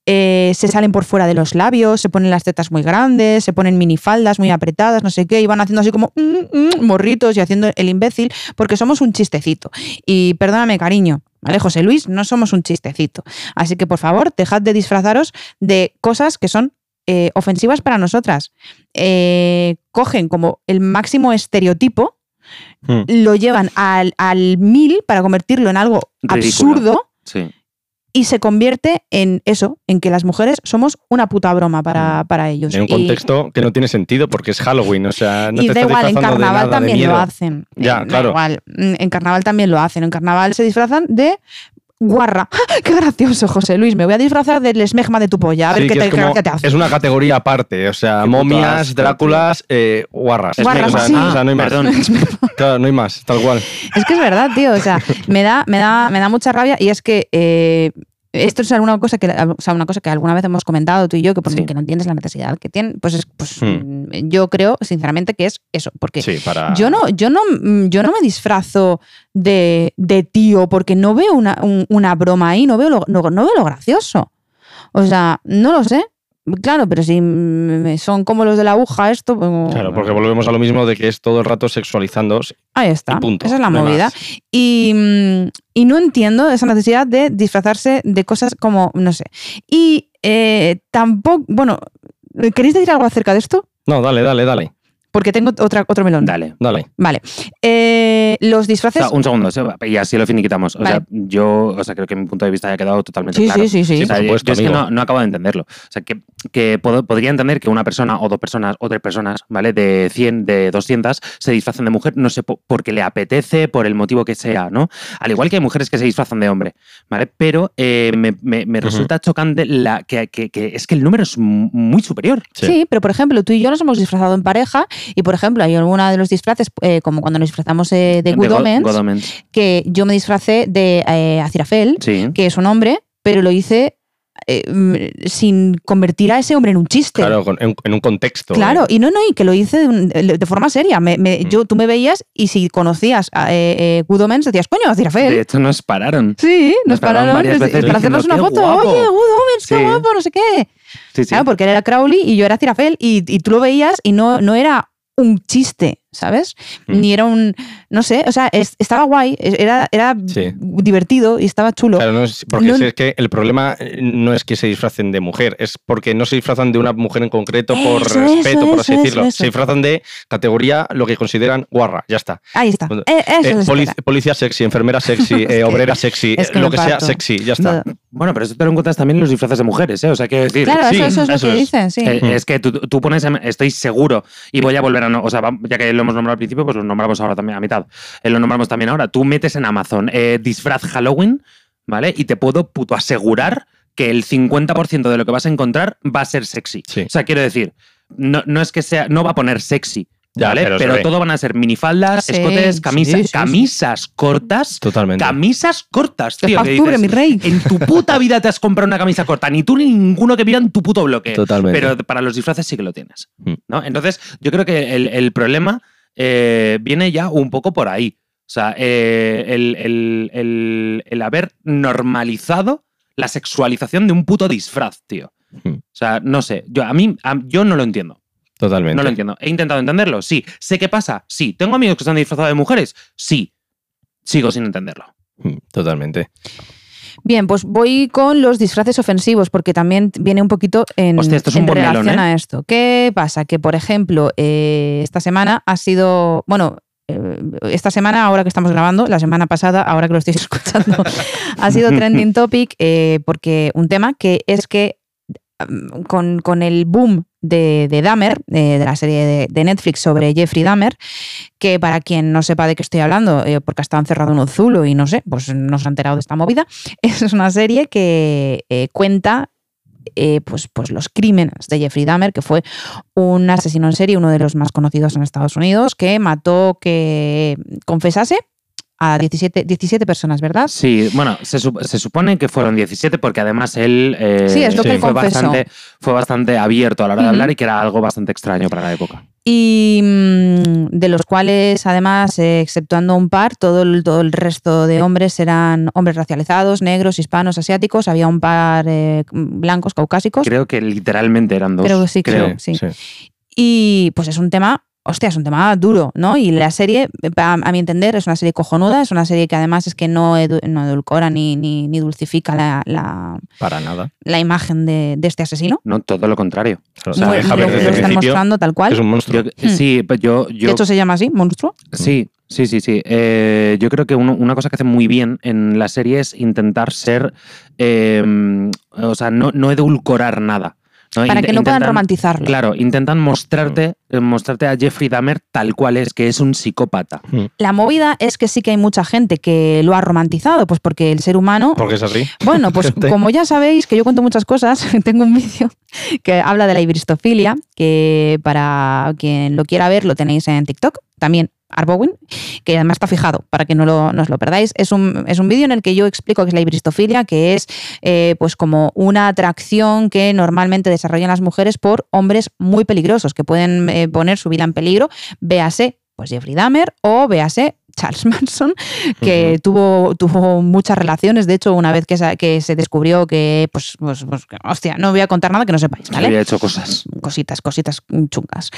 eh, se salen por fuera de los labios, se ponen las tetas muy grandes, se ponen minifaldas muy apretadas, no sé qué, y van haciendo así como mm, mm, morritos y haciendo el imbécil, porque somos un chistecito. Y perdóname, cariño, ¿vale, José Luis? No somos un chistecito. Así que, por favor, dejad de disfrazaros de cosas que son eh, ofensivas para nosotras. Eh, cogen como el máximo estereotipo Hmm. lo llevan al, al mil para convertirlo en algo Ridículo. absurdo Sí. y se convierte en eso, en que las mujeres somos una puta broma para, para ellos. Mm. En un Y- contexto que no tiene sentido porque es Halloween, o sea, no y te da estás igual, en disfrazando de nada carnaval de también lo miedo. hacen. Ya, Eh, da claro. igual. Mm, En carnaval también lo hacen. En carnaval se disfrazan de guarra. ¡Qué gracioso, José Luis! Me voy a disfrazar del esmegma de tu polla. A ver Sí, qué, que te, es, como- qué te hace. es una categoría aparte, o sea, Qué puto momias, asco, Dráculas, eh, guarras. Guarras, o, sea, sí. o sea, no hay más. Perdón. Claro, no hay más, tal cual. Es que es verdad, tío. O sea, me da, me da, me da mucha rabia y es que eh, esto es alguna cosa que, o sea, una cosa que alguna vez hemos comentado tú y yo, que porque Sí. que no entiendes la necesidad que tienen, pues es, pues Hmm. mm, yo creo sinceramente que es eso, porque Sí, para. yo no, yo no, mm, yo no me disfrazo de, de tío porque no veo una, un- una broma ahí, no veo lo, no, no veo lo gracioso. O sea, no lo sé. Claro, pero si mm, son como los de la aguja, esto. pues, Claro, porque volvemos a lo mismo de que es todo el rato sexualizando. Ahí está. Y punto. Ah, Esa es la No hay movida. Y, mm, y no entiendo esa necesidad de disfrazarse de cosas como, no sé. Y eh, tampoco, bueno, ¿queréis decir algo acerca de esto? No, dale, dale, dale, Porque tengo otra, otro melón. Dale. dale. Vale. Eh, los O disfraces... sea, un segundo, Seba, y así lo finiquitamos. O Vale. sea, yo, o sea, creo que mi punto de vista ha quedado totalmente sí, claro. sí, sí, sí, O sea, por yo- supuesto, yo es que amigo. no, no acabo de entenderlo. O sea, que, que puedo- podría entender que una persona o dos personas o tres personas, ¿vale? De 100, de 200, se disfrazan de mujer, no sé, po- porque le apetece, por el motivo que sea, ¿no? Al igual que hay mujeres que se disfrazan de hombre, ¿vale? Pero eh, me, me- me Ujú. resulta chocante la, que, que- que es que el número es m- muy superior. Sí. pero por ejemplo, tú y yo nos hemos disfrazado en pareja y, por ejemplo, hay alguna de los disfraces, eh, como cuando nos disfrazamos eh, de Good Go- Omens, Good Omens, que yo me disfracé de eh, Aziraphale, Sí. que es un hombre, pero lo hice eh, mm, sin convertir a ese hombre en un chiste. Claro, con- en, en un contexto. Claro, eh. y no, no, y que lo hice de, un- de forma seria. Me- me- Mm. yo, tú me veías y si conocías a eh, eh, Good Omens, decías, coño, De Aziraphale. hecho, nos pararon. Sí, nos nos pararon pararon varias es- veces para hacernos una foto. diciendo, "Qué guapo". Oye, Good Omens, qué Sí. guapo, no sé qué. Sí, sí. Claro, porque él era Crowley y yo era Aziraphale y, y tú lo veías y no, no era un chiste, ¿sabes? Mm. Ni era un, no sé, o sea, es- estaba guay, era, era Sí. divertido y estaba chulo. Claro, no es, porque No- si es que el problema eh, no es que se disfracen de mujer, es porque no se disfrazan de una mujer en concreto por Eso, eso, respeto, por así eso, decirlo. eso, eso. Se disfrazan de categoría lo que consideran guarra, ya está. Ahí está. Bueno, Eh, eso Eh, es poli- espera. policía sexy, enfermera sexy, Es eh, que- obrera sexy, es que eh, me lo que sea parto. sexy, ya está. Bueno, pero eso te lo encuentras también en los disfraces de mujeres, ¿eh? O sea, quiero decir. Claro, sí, eso, eso es lo eso que es. dicen, sí. Eh, Mm. es que tú, tú pones, en- estoy seguro, y voy a volver a, no- o sea, vam- ya que lo hemos nombrado al principio, pues lo nombramos ahora también a mitad. Eh, lo nombramos también ahora. Tú metes en Amazon eh, disfraz Halloween, ¿vale? Y te puedo puto asegurar que el 50% de lo que vas a encontrar va a ser sexy. Sí. O sea, quiero decir, no, no es que sea, no va a poner sexy. Ya, ¿Vale? pero pero se ve. todo van a ser minifaldas, Sí, escotes, camisas, sí, sí, sí. camisas cortas. Totalmente. Camisas cortas, tío. Pa' que octubre, dices, mi rey. En tu puta vida te has comprado una camisa corta. Ni tú ni ninguno que viva en tu puto bloque. Totalmente. Pero para los disfraces sí que lo tienes. Mm. ¿no? Entonces, yo creo que el, el problema eh, viene ya un poco por ahí. O sea, eh, el, el- el- el haber normalizado la sexualización de un puto disfraz, tío. Mm. O sea, no sé. Yo, a mí, a- yo no lo entiendo. Totalmente. No lo entiendo. He intentado entenderlo, sí. ¿Sé qué pasa? Sí. ¿Tengo amigos que están disfrazados de mujeres? Sí. Sigo sin entenderlo. Mm, Totalmente. Bien, pues voy con los disfraces ofensivos, porque también viene un poquito en, Hostia, esto es un en buen melón, relación ¿eh? a esto. ¿Qué pasa? Que, por ejemplo, eh, esta semana ha sido. Bueno. eh, Esta semana, ahora que estamos grabando, la semana pasada, ahora que lo estáis escuchando, ha sido trending topic eh, porque un tema que es que mm, con, con el boom de, de Dahmer, eh, de la serie de, de Netflix sobre Jeffrey Dahmer, que para quien no sepa de qué estoy hablando, eh, porque ha estado encerrado en un zulo y no sé, pues no se ha enterado de esta movida, es una serie que eh, cuenta eh, pues, pues los crímenes de Jeffrey Dahmer, que fue un asesino en serie, uno de los más conocidos en Estados Unidos, que mató, que confesase a 17, 17 personas, ¿verdad? Sí, bueno, se, sup- se supone que fueron 17 porque además él eh, Sí, es lo que fue, confesó. bastante, fue bastante abierto a la hora de Ujú. hablar y que era algo bastante extraño para la época. y mm, de los cuales, además, eh, exceptuando un par, todo el, todo el resto de hombres eran hombres racializados, negros, hispanos, asiáticos, había un par eh, blancos, caucásicos, Creo que literalmente eran dos. Pues Creo que sí, creo. Sí, sí. y pues es un tema, hostia, es un tema duro, ¿no? Y la serie, a, a mi entender, es una serie cojonuda, es una serie que además es que no, edu- no edulcora ni, ni, ni dulcifica la, la- Para nada. la imagen de, de este asesino. No, todo lo contrario. O sea, Muy- deja lo, ver lo desde el están principio mostrando tal que cual. es un monstruo. Yo- Sí, pues yo, yo Hmm. De hecho, se llama así, monstruo. Sí, sí, sí, sí. Eh, yo creo que uno- una cosa que hace muy bien en la serie es intentar ser, eh, o sea, no, no edulcorar nada. ¿no? Para Int- que no puedan intentan- romantizarlo. Claro, intentan mostrarte, eh, mostrarte a Jeffrey Dahmer tal cual es, que es un psicópata. La movida es que sí que hay mucha gente que lo ha romantizado, pues porque el ser humano. Porque es así. Bueno, pues Gente. como ya sabéis que yo cuento muchas cosas, tengo un vídeo que habla de la ibristofilia, que para quien lo quiera ver lo tenéis en TikTok, también Arbowin, que además está fijado para que no, lo, no os lo perdáis. Es un, es un vídeo en el que yo explico qué es la ibristofilia, que es eh, pues como una atracción que normalmente desarrollan las mujeres por hombres muy peligrosos, que pueden eh, poner su vida en peligro, véase pues Jeffrey Dahmer o véase Charles Manson, que Ujú. eh, tuvo, tuvo muchas relaciones. De hecho, una vez que se, que se descubrió que, pues, pues, pues, que- hostia, no voy a contar nada que no sepáis, Que ¿vale? había hecho cosas. Cositas, cositas chungas.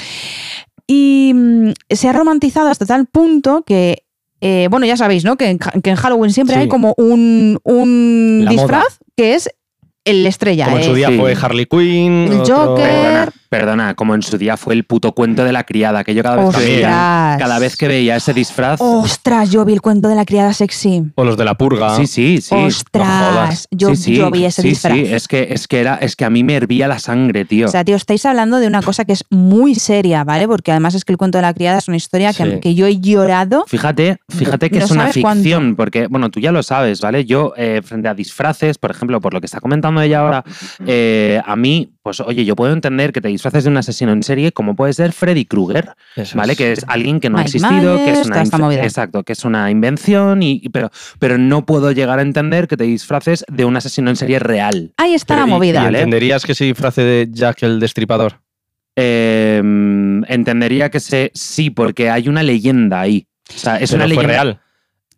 Y mm, se ha romantizado hasta tal punto que, eh, bueno, ya sabéis, ¿no? Que en, ja- que en Halloween siempre Sí. hay como un, un La moda. disfraz que es el estrella. Como en eh, su día sí. fue Harley Quinn. El otro- Joker. Perdona, perdona, como en su día fue el puto cuento de la criada, que yo cada vez, que veía, Ostras. Oh. cada vez que veía ese disfraz... Ostras, yo vi el cuento de la criada sexy. O los de la purga. Sí, sí, sí. no Ostras, jodas. yo, Sí, sí, yo vi ese sí, disfraz. Sí, es que, es, que era, es que a mí me hervía la sangre, tío. O sea, tío, estáis hablando de una cosa que es muy seria, ¿vale? Porque además es que el cuento de la criada es una historia que, Sí. que yo he llorado. Fíjate, fíjate que No es una sabes cuánto. ficción, porque, bueno, tú ya lo sabes, ¿vale? Yo, eh, frente a disfraces, por ejemplo, por lo que está comentando ella ahora, eh, a mí, pues, oye, yo puedo entender que te disfraces de un asesino en serie como puede ser Freddy Krueger, Eso ¿vale? es. Que es alguien que no ha Mike existido, que Myers, es una, toda esta inf- movida. exacto, que es una invención, y, y- pero, pero no puedo llegar a entender que te disfraces de un asesino en serie real. Ahí está Pero la y- movida. y ¿vale? ¿Entenderías que se disfrace de Jack el Destripador? Eh, entendería que se, sí, porque hay una leyenda ahí. O sea, es Pero una fue leyenda. real.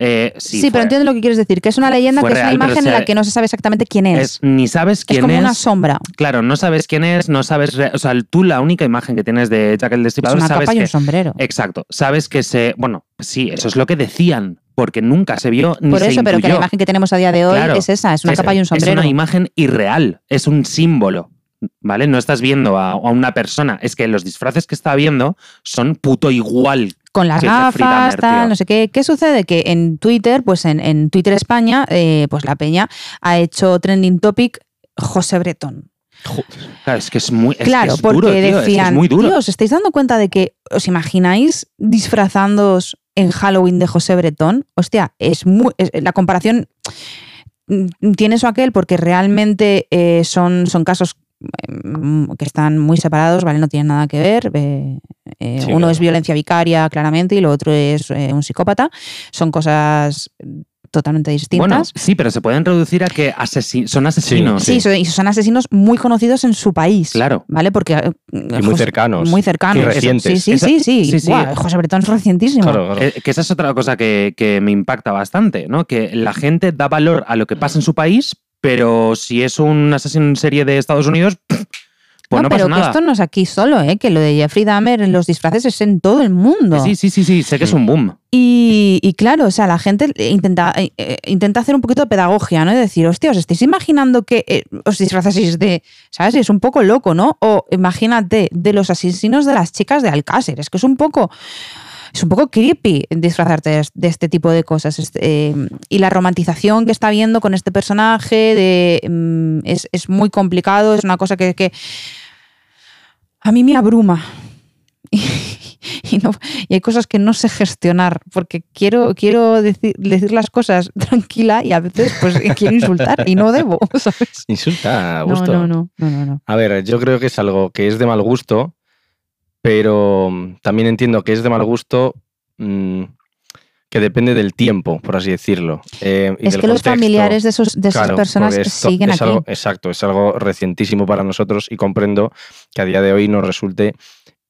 Eh, sí, sí, pero fue- entiendo lo que quieres decir, que es una leyenda, que Fue es una real, pero imagen en se- la que no se sabe exactamente quién es- es. ni sabes Es, quién como es. una sombra. Claro, no sabes quién es, no sabes. re- O sea, tú la única imagen que tienes de Jack el Es Destripador una sabes capa y que. un sombrero. Exacto. Sabes que se. Bueno, sí, eso es lo que decían, porque nunca se vio ni Por se eso, pero que la intuyó. imagen que tenemos a día de hoy Claro. es esa, es una Es- capa y un Es sombrero. una imagen irreal, es un símbolo. ¿Vale? No estás viendo a, a una persona. Es que los disfraces que está viendo son puto igual. con las Sí, es de Frida gafas, Mer, tal, tío. no sé qué. ¿Qué sucede? Que en Twitter, pues en, en Twitter España, eh, pues la peña ha hecho trending topic José Bretón. Claro, es que es muy. es que claro, es porque duro, tío, es que es decían, muy duro. "Tío, ¿os estáis dando cuenta de que os imagináis disfrazándoos en Halloween de José Bretón? Hostia, es muy, es- la comparación mm, tiene eso aquel porque realmente eh, son, son casos mm, que están muy separados, ¿vale? No tienen nada que ver. eh, eh, Sí, uno claro. es violencia vicaria, claramente, y lo otro es eh, un psicópata. Son cosas totalmente distintas. Bueno, sí, pero se pueden reducir a que asesi- son asesinos. Sí, son- y son asesinos muy conocidos en su país. Claro. ¿Vale? Porque. eh, Y muy José- cercanos. Muy cercanos. Y recientes. Sí, sí, Esa- sí, sí. sí, sí. Buah, José Bretón es recientísimo. Claro, claro. Eh, que esa es otra cosa que, que me impacta bastante, ¿no? Que la gente da valor a lo que pasa en su país, pero si es un asesino en serie de Estados Unidos, pues no, no, pasa pero que nada. esto no es aquí solo, ¿eh? que lo de Jeffrey Dahmer en los disfraces es en todo el mundo. Sí, sí, sí, sí, sé que es un boom. Y, y claro, o sea, la gente intenta, eh, eh, intenta hacer un poquito de pedagogía, ¿no? Y decir, hostia, os estáis imaginando que eh, os disfrazaseis de, ¿sabes? Es un poco loco, ¿no? O imagínate, de los asesinos de las chicas de Alcácer. Es que es un poco, es un poco creepy disfrazarte de, de este tipo de cosas. Este, eh, y la romantización que está viendo con este personaje de, mm, es, es muy complicado, es una cosa que, que a mí me abruma. Y, no- y hay cosas que no sé gestionar, porque quiero, quiero decir, decir las cosas tranquila y a veces pues quiero insultar y no debo, ¿sabes? Insulta a No, gusto. no, no, no, no, no. A ver, yo creo que es algo que es de mal gusto, pero mm, también entiendo que es de mal gusto mm, que depende del tiempo, por así decirlo. eh, y Es del que los contexto. familiares de, esos, de esas Claro, personas pues porque esto siguen es aquí. algo- exacto, es algo recientísimo para nosotros y comprendo que a día de hoy nos resulte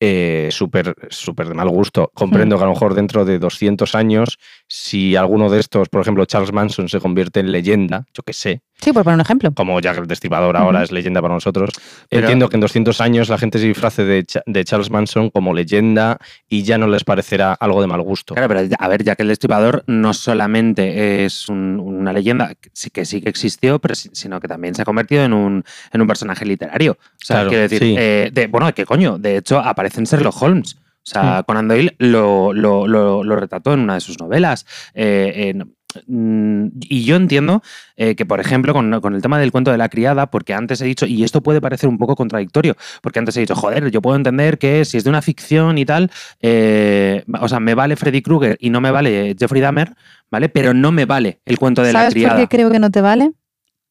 eh, súper súper de mal gusto. Hmm. Comprendo que a lo mejor dentro de 200 años, si alguno de estos, por ejemplo Charles Manson, se convierte en leyenda, yo qué sé, Sí, por poner un ejemplo. como Jack el Destripador ahora Ujú. es leyenda para nosotros, Pero- entiendo que en 200 años la gente se disfrace de, Cha- de Charles Manson como leyenda y ya no les parecerá algo de mal gusto. Claro, pero a ver, ya que el Destripador no solamente es un- una leyenda que sí que sí que existió, pero si- sino que también se ha convertido en un, en un personaje literario. O sea, Claro, quiero decir, sí. eh, de- bueno, ¿qué coño? De hecho, aparece en Sherlock Holmes. O Mm. sea, Conan Doyle lo, lo- lo- lo retrató en una de sus novelas. Eh, en- mm, y yo entiendo eh, que, por ejemplo, con, con el tema del cuento de la criada, porque antes he dicho, y esto puede parecer un poco contradictorio, porque antes he dicho, joder, yo puedo entender que si es de una ficción y tal, eh, o sea, me vale Freddy Krueger y no me vale Jeffrey Dahmer, ¿vale? Pero no me vale el cuento de la ¿Sabes por criada. qué creo que no te vale?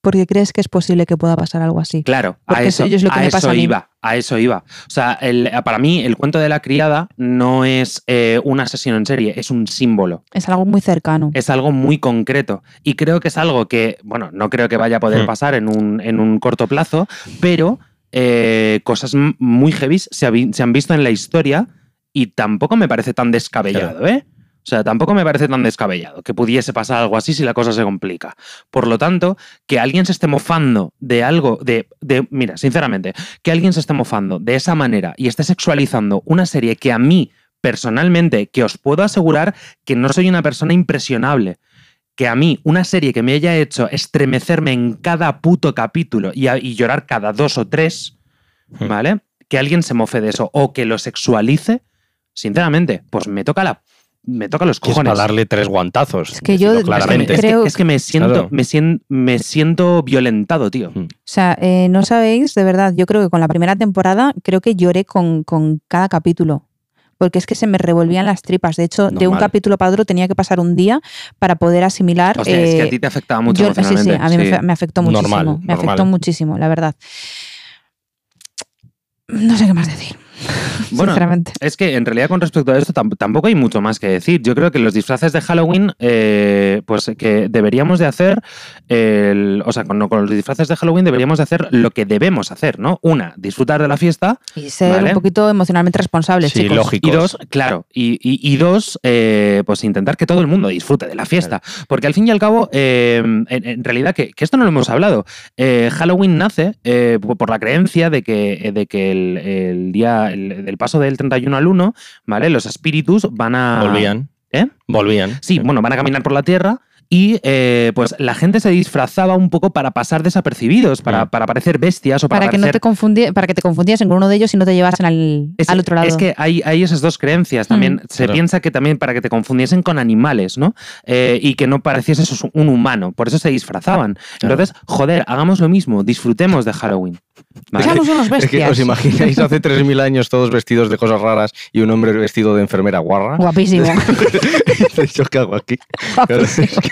Porque crees que es posible que pueda pasar algo así. Claro, a Porque eso, eso es lo que a me eso pasa a mí. iba, a eso iba. O sea, el- para mí el cuento de la criada no es eh, un asesino en serie, es un símbolo, Es algo muy cercano. es algo muy concreto. Y creo que es algo que, bueno, no creo que vaya a poder Hmm. pasar en un, en un corto plazo, pero eh, cosas m- muy heavy se, ha vi- se han visto en la historia y tampoco me parece tan descabellado, ¿eh? O sea, tampoco me parece tan descabellado que pudiese pasar algo así si la cosa se complica. Por lo tanto, que alguien se esté mofando de algo, de, de- mira, sinceramente, que alguien se esté mofando de esa manera y esté sexualizando una serie que a mí personalmente, que os puedo asegurar que no soy una persona impresionable, que a mí una serie que me haya hecho estremecerme en cada puto capítulo y, a- y llorar cada dos o tres, Hmm. ¿vale? Que alguien se mofe de eso o que lo sexualice, sinceramente, pues me toca la, me toca los Que es cojones. para darle tres guantazos. Es que yo- decirlo Es que me- claramente. Es que, Creo- es que me siento, Claro. me, sien- me siento violentado, tío. Hmm. O sea, eh, no sabéis, de verdad, yo creo que con la primera temporada creo que lloré con, con cada capítulo. Porque es que se me revolvían las tripas. De hecho, de un Normal. capítulo para otro tenía que pasar un día para poder asimilar. Hostia, es que a eh, ti te afectaba mucho yo- sí, sí, emocionalmente. a mí me sí. fe- me afectó muchísimo. Normal, me afectó normal. muchísimo, la verdad. No sé qué más decir. Bueno, sinceramente. Es que en realidad con respecto a esto tam- tampoco hay mucho más que decir. Yo creo que los disfraces de Halloween, eh, pues que deberíamos de hacer, el- o sea, con, con los disfraces de Halloween deberíamos de hacer lo que debemos hacer, ¿no? Una, disfrutar de la fiesta. Y ser Vale. un poquito emocionalmente responsables, Sí, chicos. lógico. Y dos, claro, y, y- y dos, eh, pues intentar que todo el mundo disfrute de la fiesta. Porque al fin y al cabo, eh, en, en realidad, que, que esto no lo hemos hablado, eh, Halloween nace eh, po- por la creencia de que, eh, de que el, el día el- del paso del 31 al 1, ¿vale? Los espíritus van a... Volvían. ¿Eh? Volvían. Sí, bueno, van a caminar por la Tierra y eh, pues la gente se disfrazaba un poco para pasar desapercibidos, para, Mm. para parecer bestias o para, Para, que no parecer... te confundie- para que te confundiesen con uno de ellos y no te llevasen al, Es- al otro lado. Es que hay, hay esas dos creencias también. Mm. Se Claro. piensa que también para que te confundiesen con animales, ¿no? Eh, y que no parecieses un humano. Por eso se disfrazaban. Ah, Claro. Entonces, joder, hagamos lo mismo, disfrutemos de Halloween. ¿vale? Somos unos Es que bestias. os imagináis hace 3.000 años todos vestidos de cosas raras y un hombre vestido de enfermera guarra. Guapísimo. Dices, ¿Yo qué hago aquí? Claro, es que-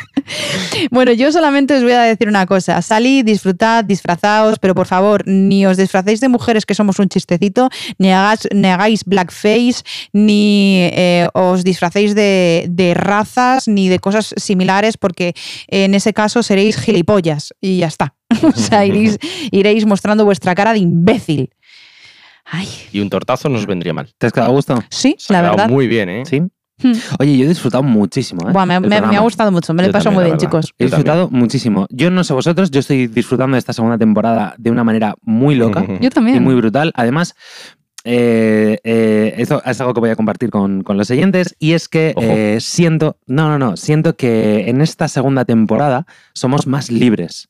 Bueno, yo solamente os voy a decir una cosa. Salid, disfrutad, disfrazaos, pero por favor, ni os disfracéis de mujeres que somos un chistecito, ni, hagas- ni hagáis blackface, ni eh, os disfracéis de, de razas, ni de cosas similares, porque en ese caso seréis gilipollas y ya está. O sea, iréis, iréis mostrando vuestra cara de imbécil. Ay, Y un tortazo nos vendría mal. ¿Te has quedado a gusto? sí, Se ha la quedado verdad. muy bien, ¿eh? Sí. Hmm. Oye, yo he disfrutado muchísimo. ¿eh? Buah, me, El me- me ha programa. gustado mucho, me lo he Yo pasado también, muy la bien, verdad. chicos. He Yo también. disfrutado muchísimo. Yo no sé vosotros, yo estoy disfrutando de esta segunda temporada de una manera muy loca. Mm. Yo y también. muy brutal. Además, eh, eh, esto es algo que voy a compartir con, con los oyentes y es que Ojo. eh, siento, no, no, no, siento que en esta segunda temporada somos más libres.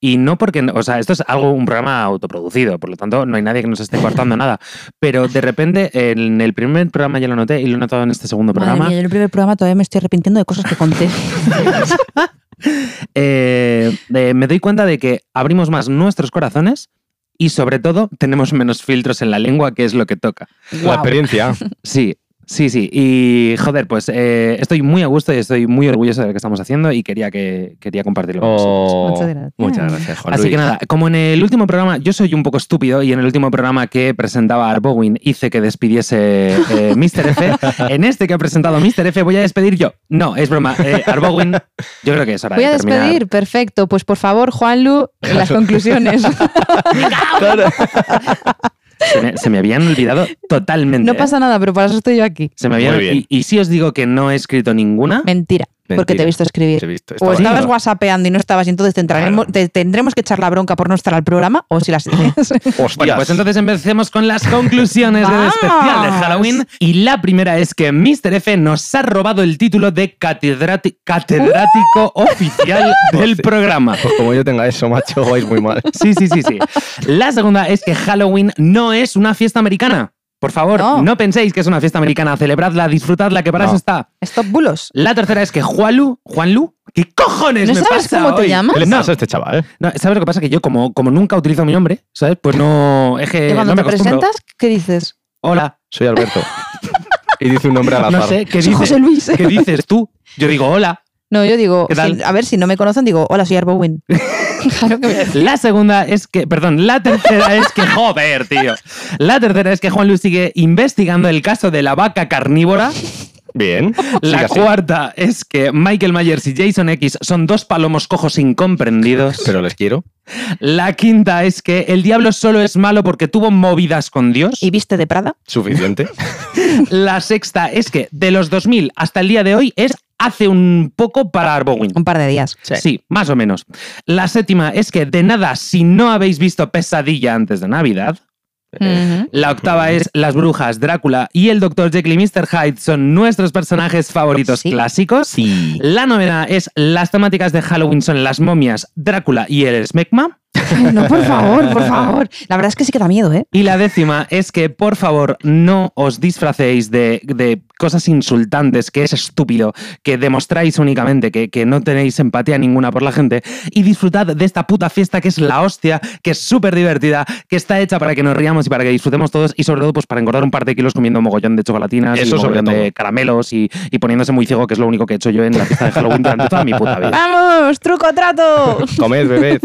Y no porque, o sea, esto es algo, un programa autoproducido, por lo tanto no hay nadie que nos esté cortando nada. Pero de repente, en el primer programa ya lo noté y lo he notado en este segundo Madre programa. mía, yo en el primer programa todavía me estoy arrepintiendo de cosas que conté. eh, eh, me doy cuenta de que abrimos más nuestros corazones y sobre todo tenemos menos filtros en la lengua, que es lo que toca. La Guau. experiencia. Sí, sí, sí. Y joder, pues eh, estoy muy a gusto y estoy muy orgulloso de lo que estamos haciendo y quería, que, quería compartirlo con vosotros. Oh, Muchas gracias. Muchas gracias, Juan Así Luis. que nada, como en el último programa, yo soy un poco estúpido y en el último programa que presentaba Arbowin hice que despidiese eh, Mr. F, en este que ha presentado Mr. F voy a despedir yo. No, es broma. Eh, Arbowin, yo creo que es hora Voy de a terminar. despedir, perfecto. Pues por favor, Juanlu, las conclusiones. Claro. Se me, se me habían olvidado totalmente. ¿eh? No pasa nada, pero para eso estoy yo aquí. Se me habían, Muy bien. Y, y si os digo que no he escrito ninguna, Mentira, porque te he Mentira. visto Te Pues escribir. he visto. O estaba- estabas whatsappeando y no estabas, y entonces te entraremos- te- tendremos que echar la bronca por no estar al programa, o si Eh, las tienes. Hostias. Bueno, pues entonces empecemos con las conclusiones del Vamos. especial de Halloween. Y la primera es que Mr. F nos ha robado el título de catedrati- catedrático Uh. oficial del programa. Pues como yo tenga eso, macho, vais muy mal. Sí, sí, sí, sí. La segunda es que Halloween no es una fiesta americana. Por favor, No. no, penséis que es una fiesta americana. Celebradla, disfrutadla, que para No. eso está. Stop bulos. La tercera es que Juanlu, Juanlu, ¿qué cojones ¿No me sabes pasa cómo te hoy? llamas? ¿Qué le No, pasa a este chaval? eh? no, ¿Sabes lo que pasa? Que yo, como, como nunca utilizo mi nombre, ¿sabes? Pues no. Es que y cuando no me te acostumbro. presentas, ¿qué dices? Hola. Soy Alberto. y dice un nombre al azar. No sé, ¿qué Soy dices? José Luis. ¿Qué dices tú? Yo digo hola. No, yo digo, ¿Qué tal? si- a ver, si no me conocen, digo, hola, soy Arbowin. claro que me... La segunda es que, perdón, la tercera es que, joder, tío. La tercera es que Juan Luis sigue investigando el caso de la vaca carnívora. Bien. La Siga así. cuarta es que Michael Myers y Jason X son dos palomos cojos incomprendidos. Pero les quiero. La quinta es que el diablo solo es malo porque tuvo movidas con Dios. ¿Y viste de Prada? Suficiente. La sexta es que de los 2000 hasta el día de hoy es hace un poco para Arbowin. Un par de días. Sí. Sí, más o menos. La séptima es que de nada, si no habéis visto Pesadilla antes de Navidad. Eh, Ujú. La octava es Las Brujas, Drácula y el Dr. Jekyll y Mr. Hyde son nuestros personajes favoritos Sí. clásicos. Sí. La novena es Las temáticas de Halloween son las momias, Drácula y el Smegma. No, por favor, por favor. La verdad es que sí que da miedo, ¿eh? Y la décima es que, por favor, no os disfracéis de, de cosas insultantes, que es estúpido, que demostráis únicamente que, que no tenéis empatía ninguna por la gente. Y disfrutad de esta puta fiesta que es la hostia, que es súper divertida, que está hecha para que nos riamos y para que disfrutemos todos. Y sobre todo, pues para engordar un par de kilos comiendo mogollón de chocolatinas, Eso y sobre mogollón de caramelos y, y poniéndose muy ciego, que es lo único que he hecho yo en la fiesta de Halloween durante toda mi puta vida. ¡Vamos! ¡Truco trato! Comed, bebed.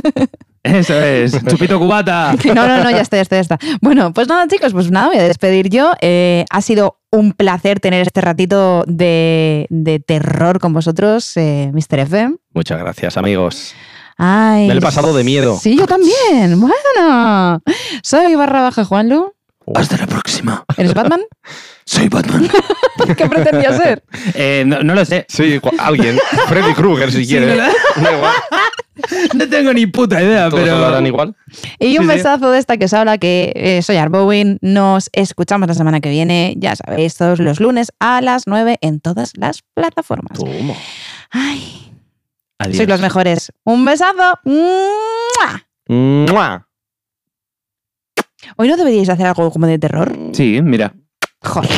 Eso es, chupito cubata. No, no, no, ya está, ya está, ya está. Bueno, pues nada, chicos, pues nada, me voy a despedir yo. Eh, ha sido un placer tener este ratito de, de terror con vosotros, eh, Mr. FM. Muchas gracias, amigos. Ay, Me lo he pasado de miedo. Sí, yo también. Bueno, soy barra baja Juanlu. Hasta la próxima. ¿Eres Batman? Soy Batman. ¿Qué pretendía ser? Eh, no, no lo sé. Sí, Ju- alguien. Freddy Krueger, si quiere. ¿verdad? Da igual. No tengo ni puta idea, Todos pero. hablarán igual. Y un Sí, sí. besazo de esta que os habla, que eh, soy Arbowin. Nos escuchamos la semana que viene, ya sabéis, todos los lunes a las 9 en todas las plataformas. Toma. Ay, Adiós. sois los mejores. Un besazo. ¡Mua! ¡Mua! Hoy no deberíais hacer algo como de terror. Sí, mira. Joder.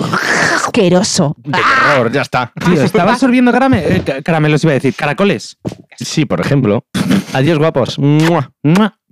Asqueroso. De terror, ya está. Tío, estaba absorbiendo carame- eh, ca- caramelos, iba a decir, caracoles. Sí, por ejemplo. Adiós, guapos. ¡Mua! ¡Mua!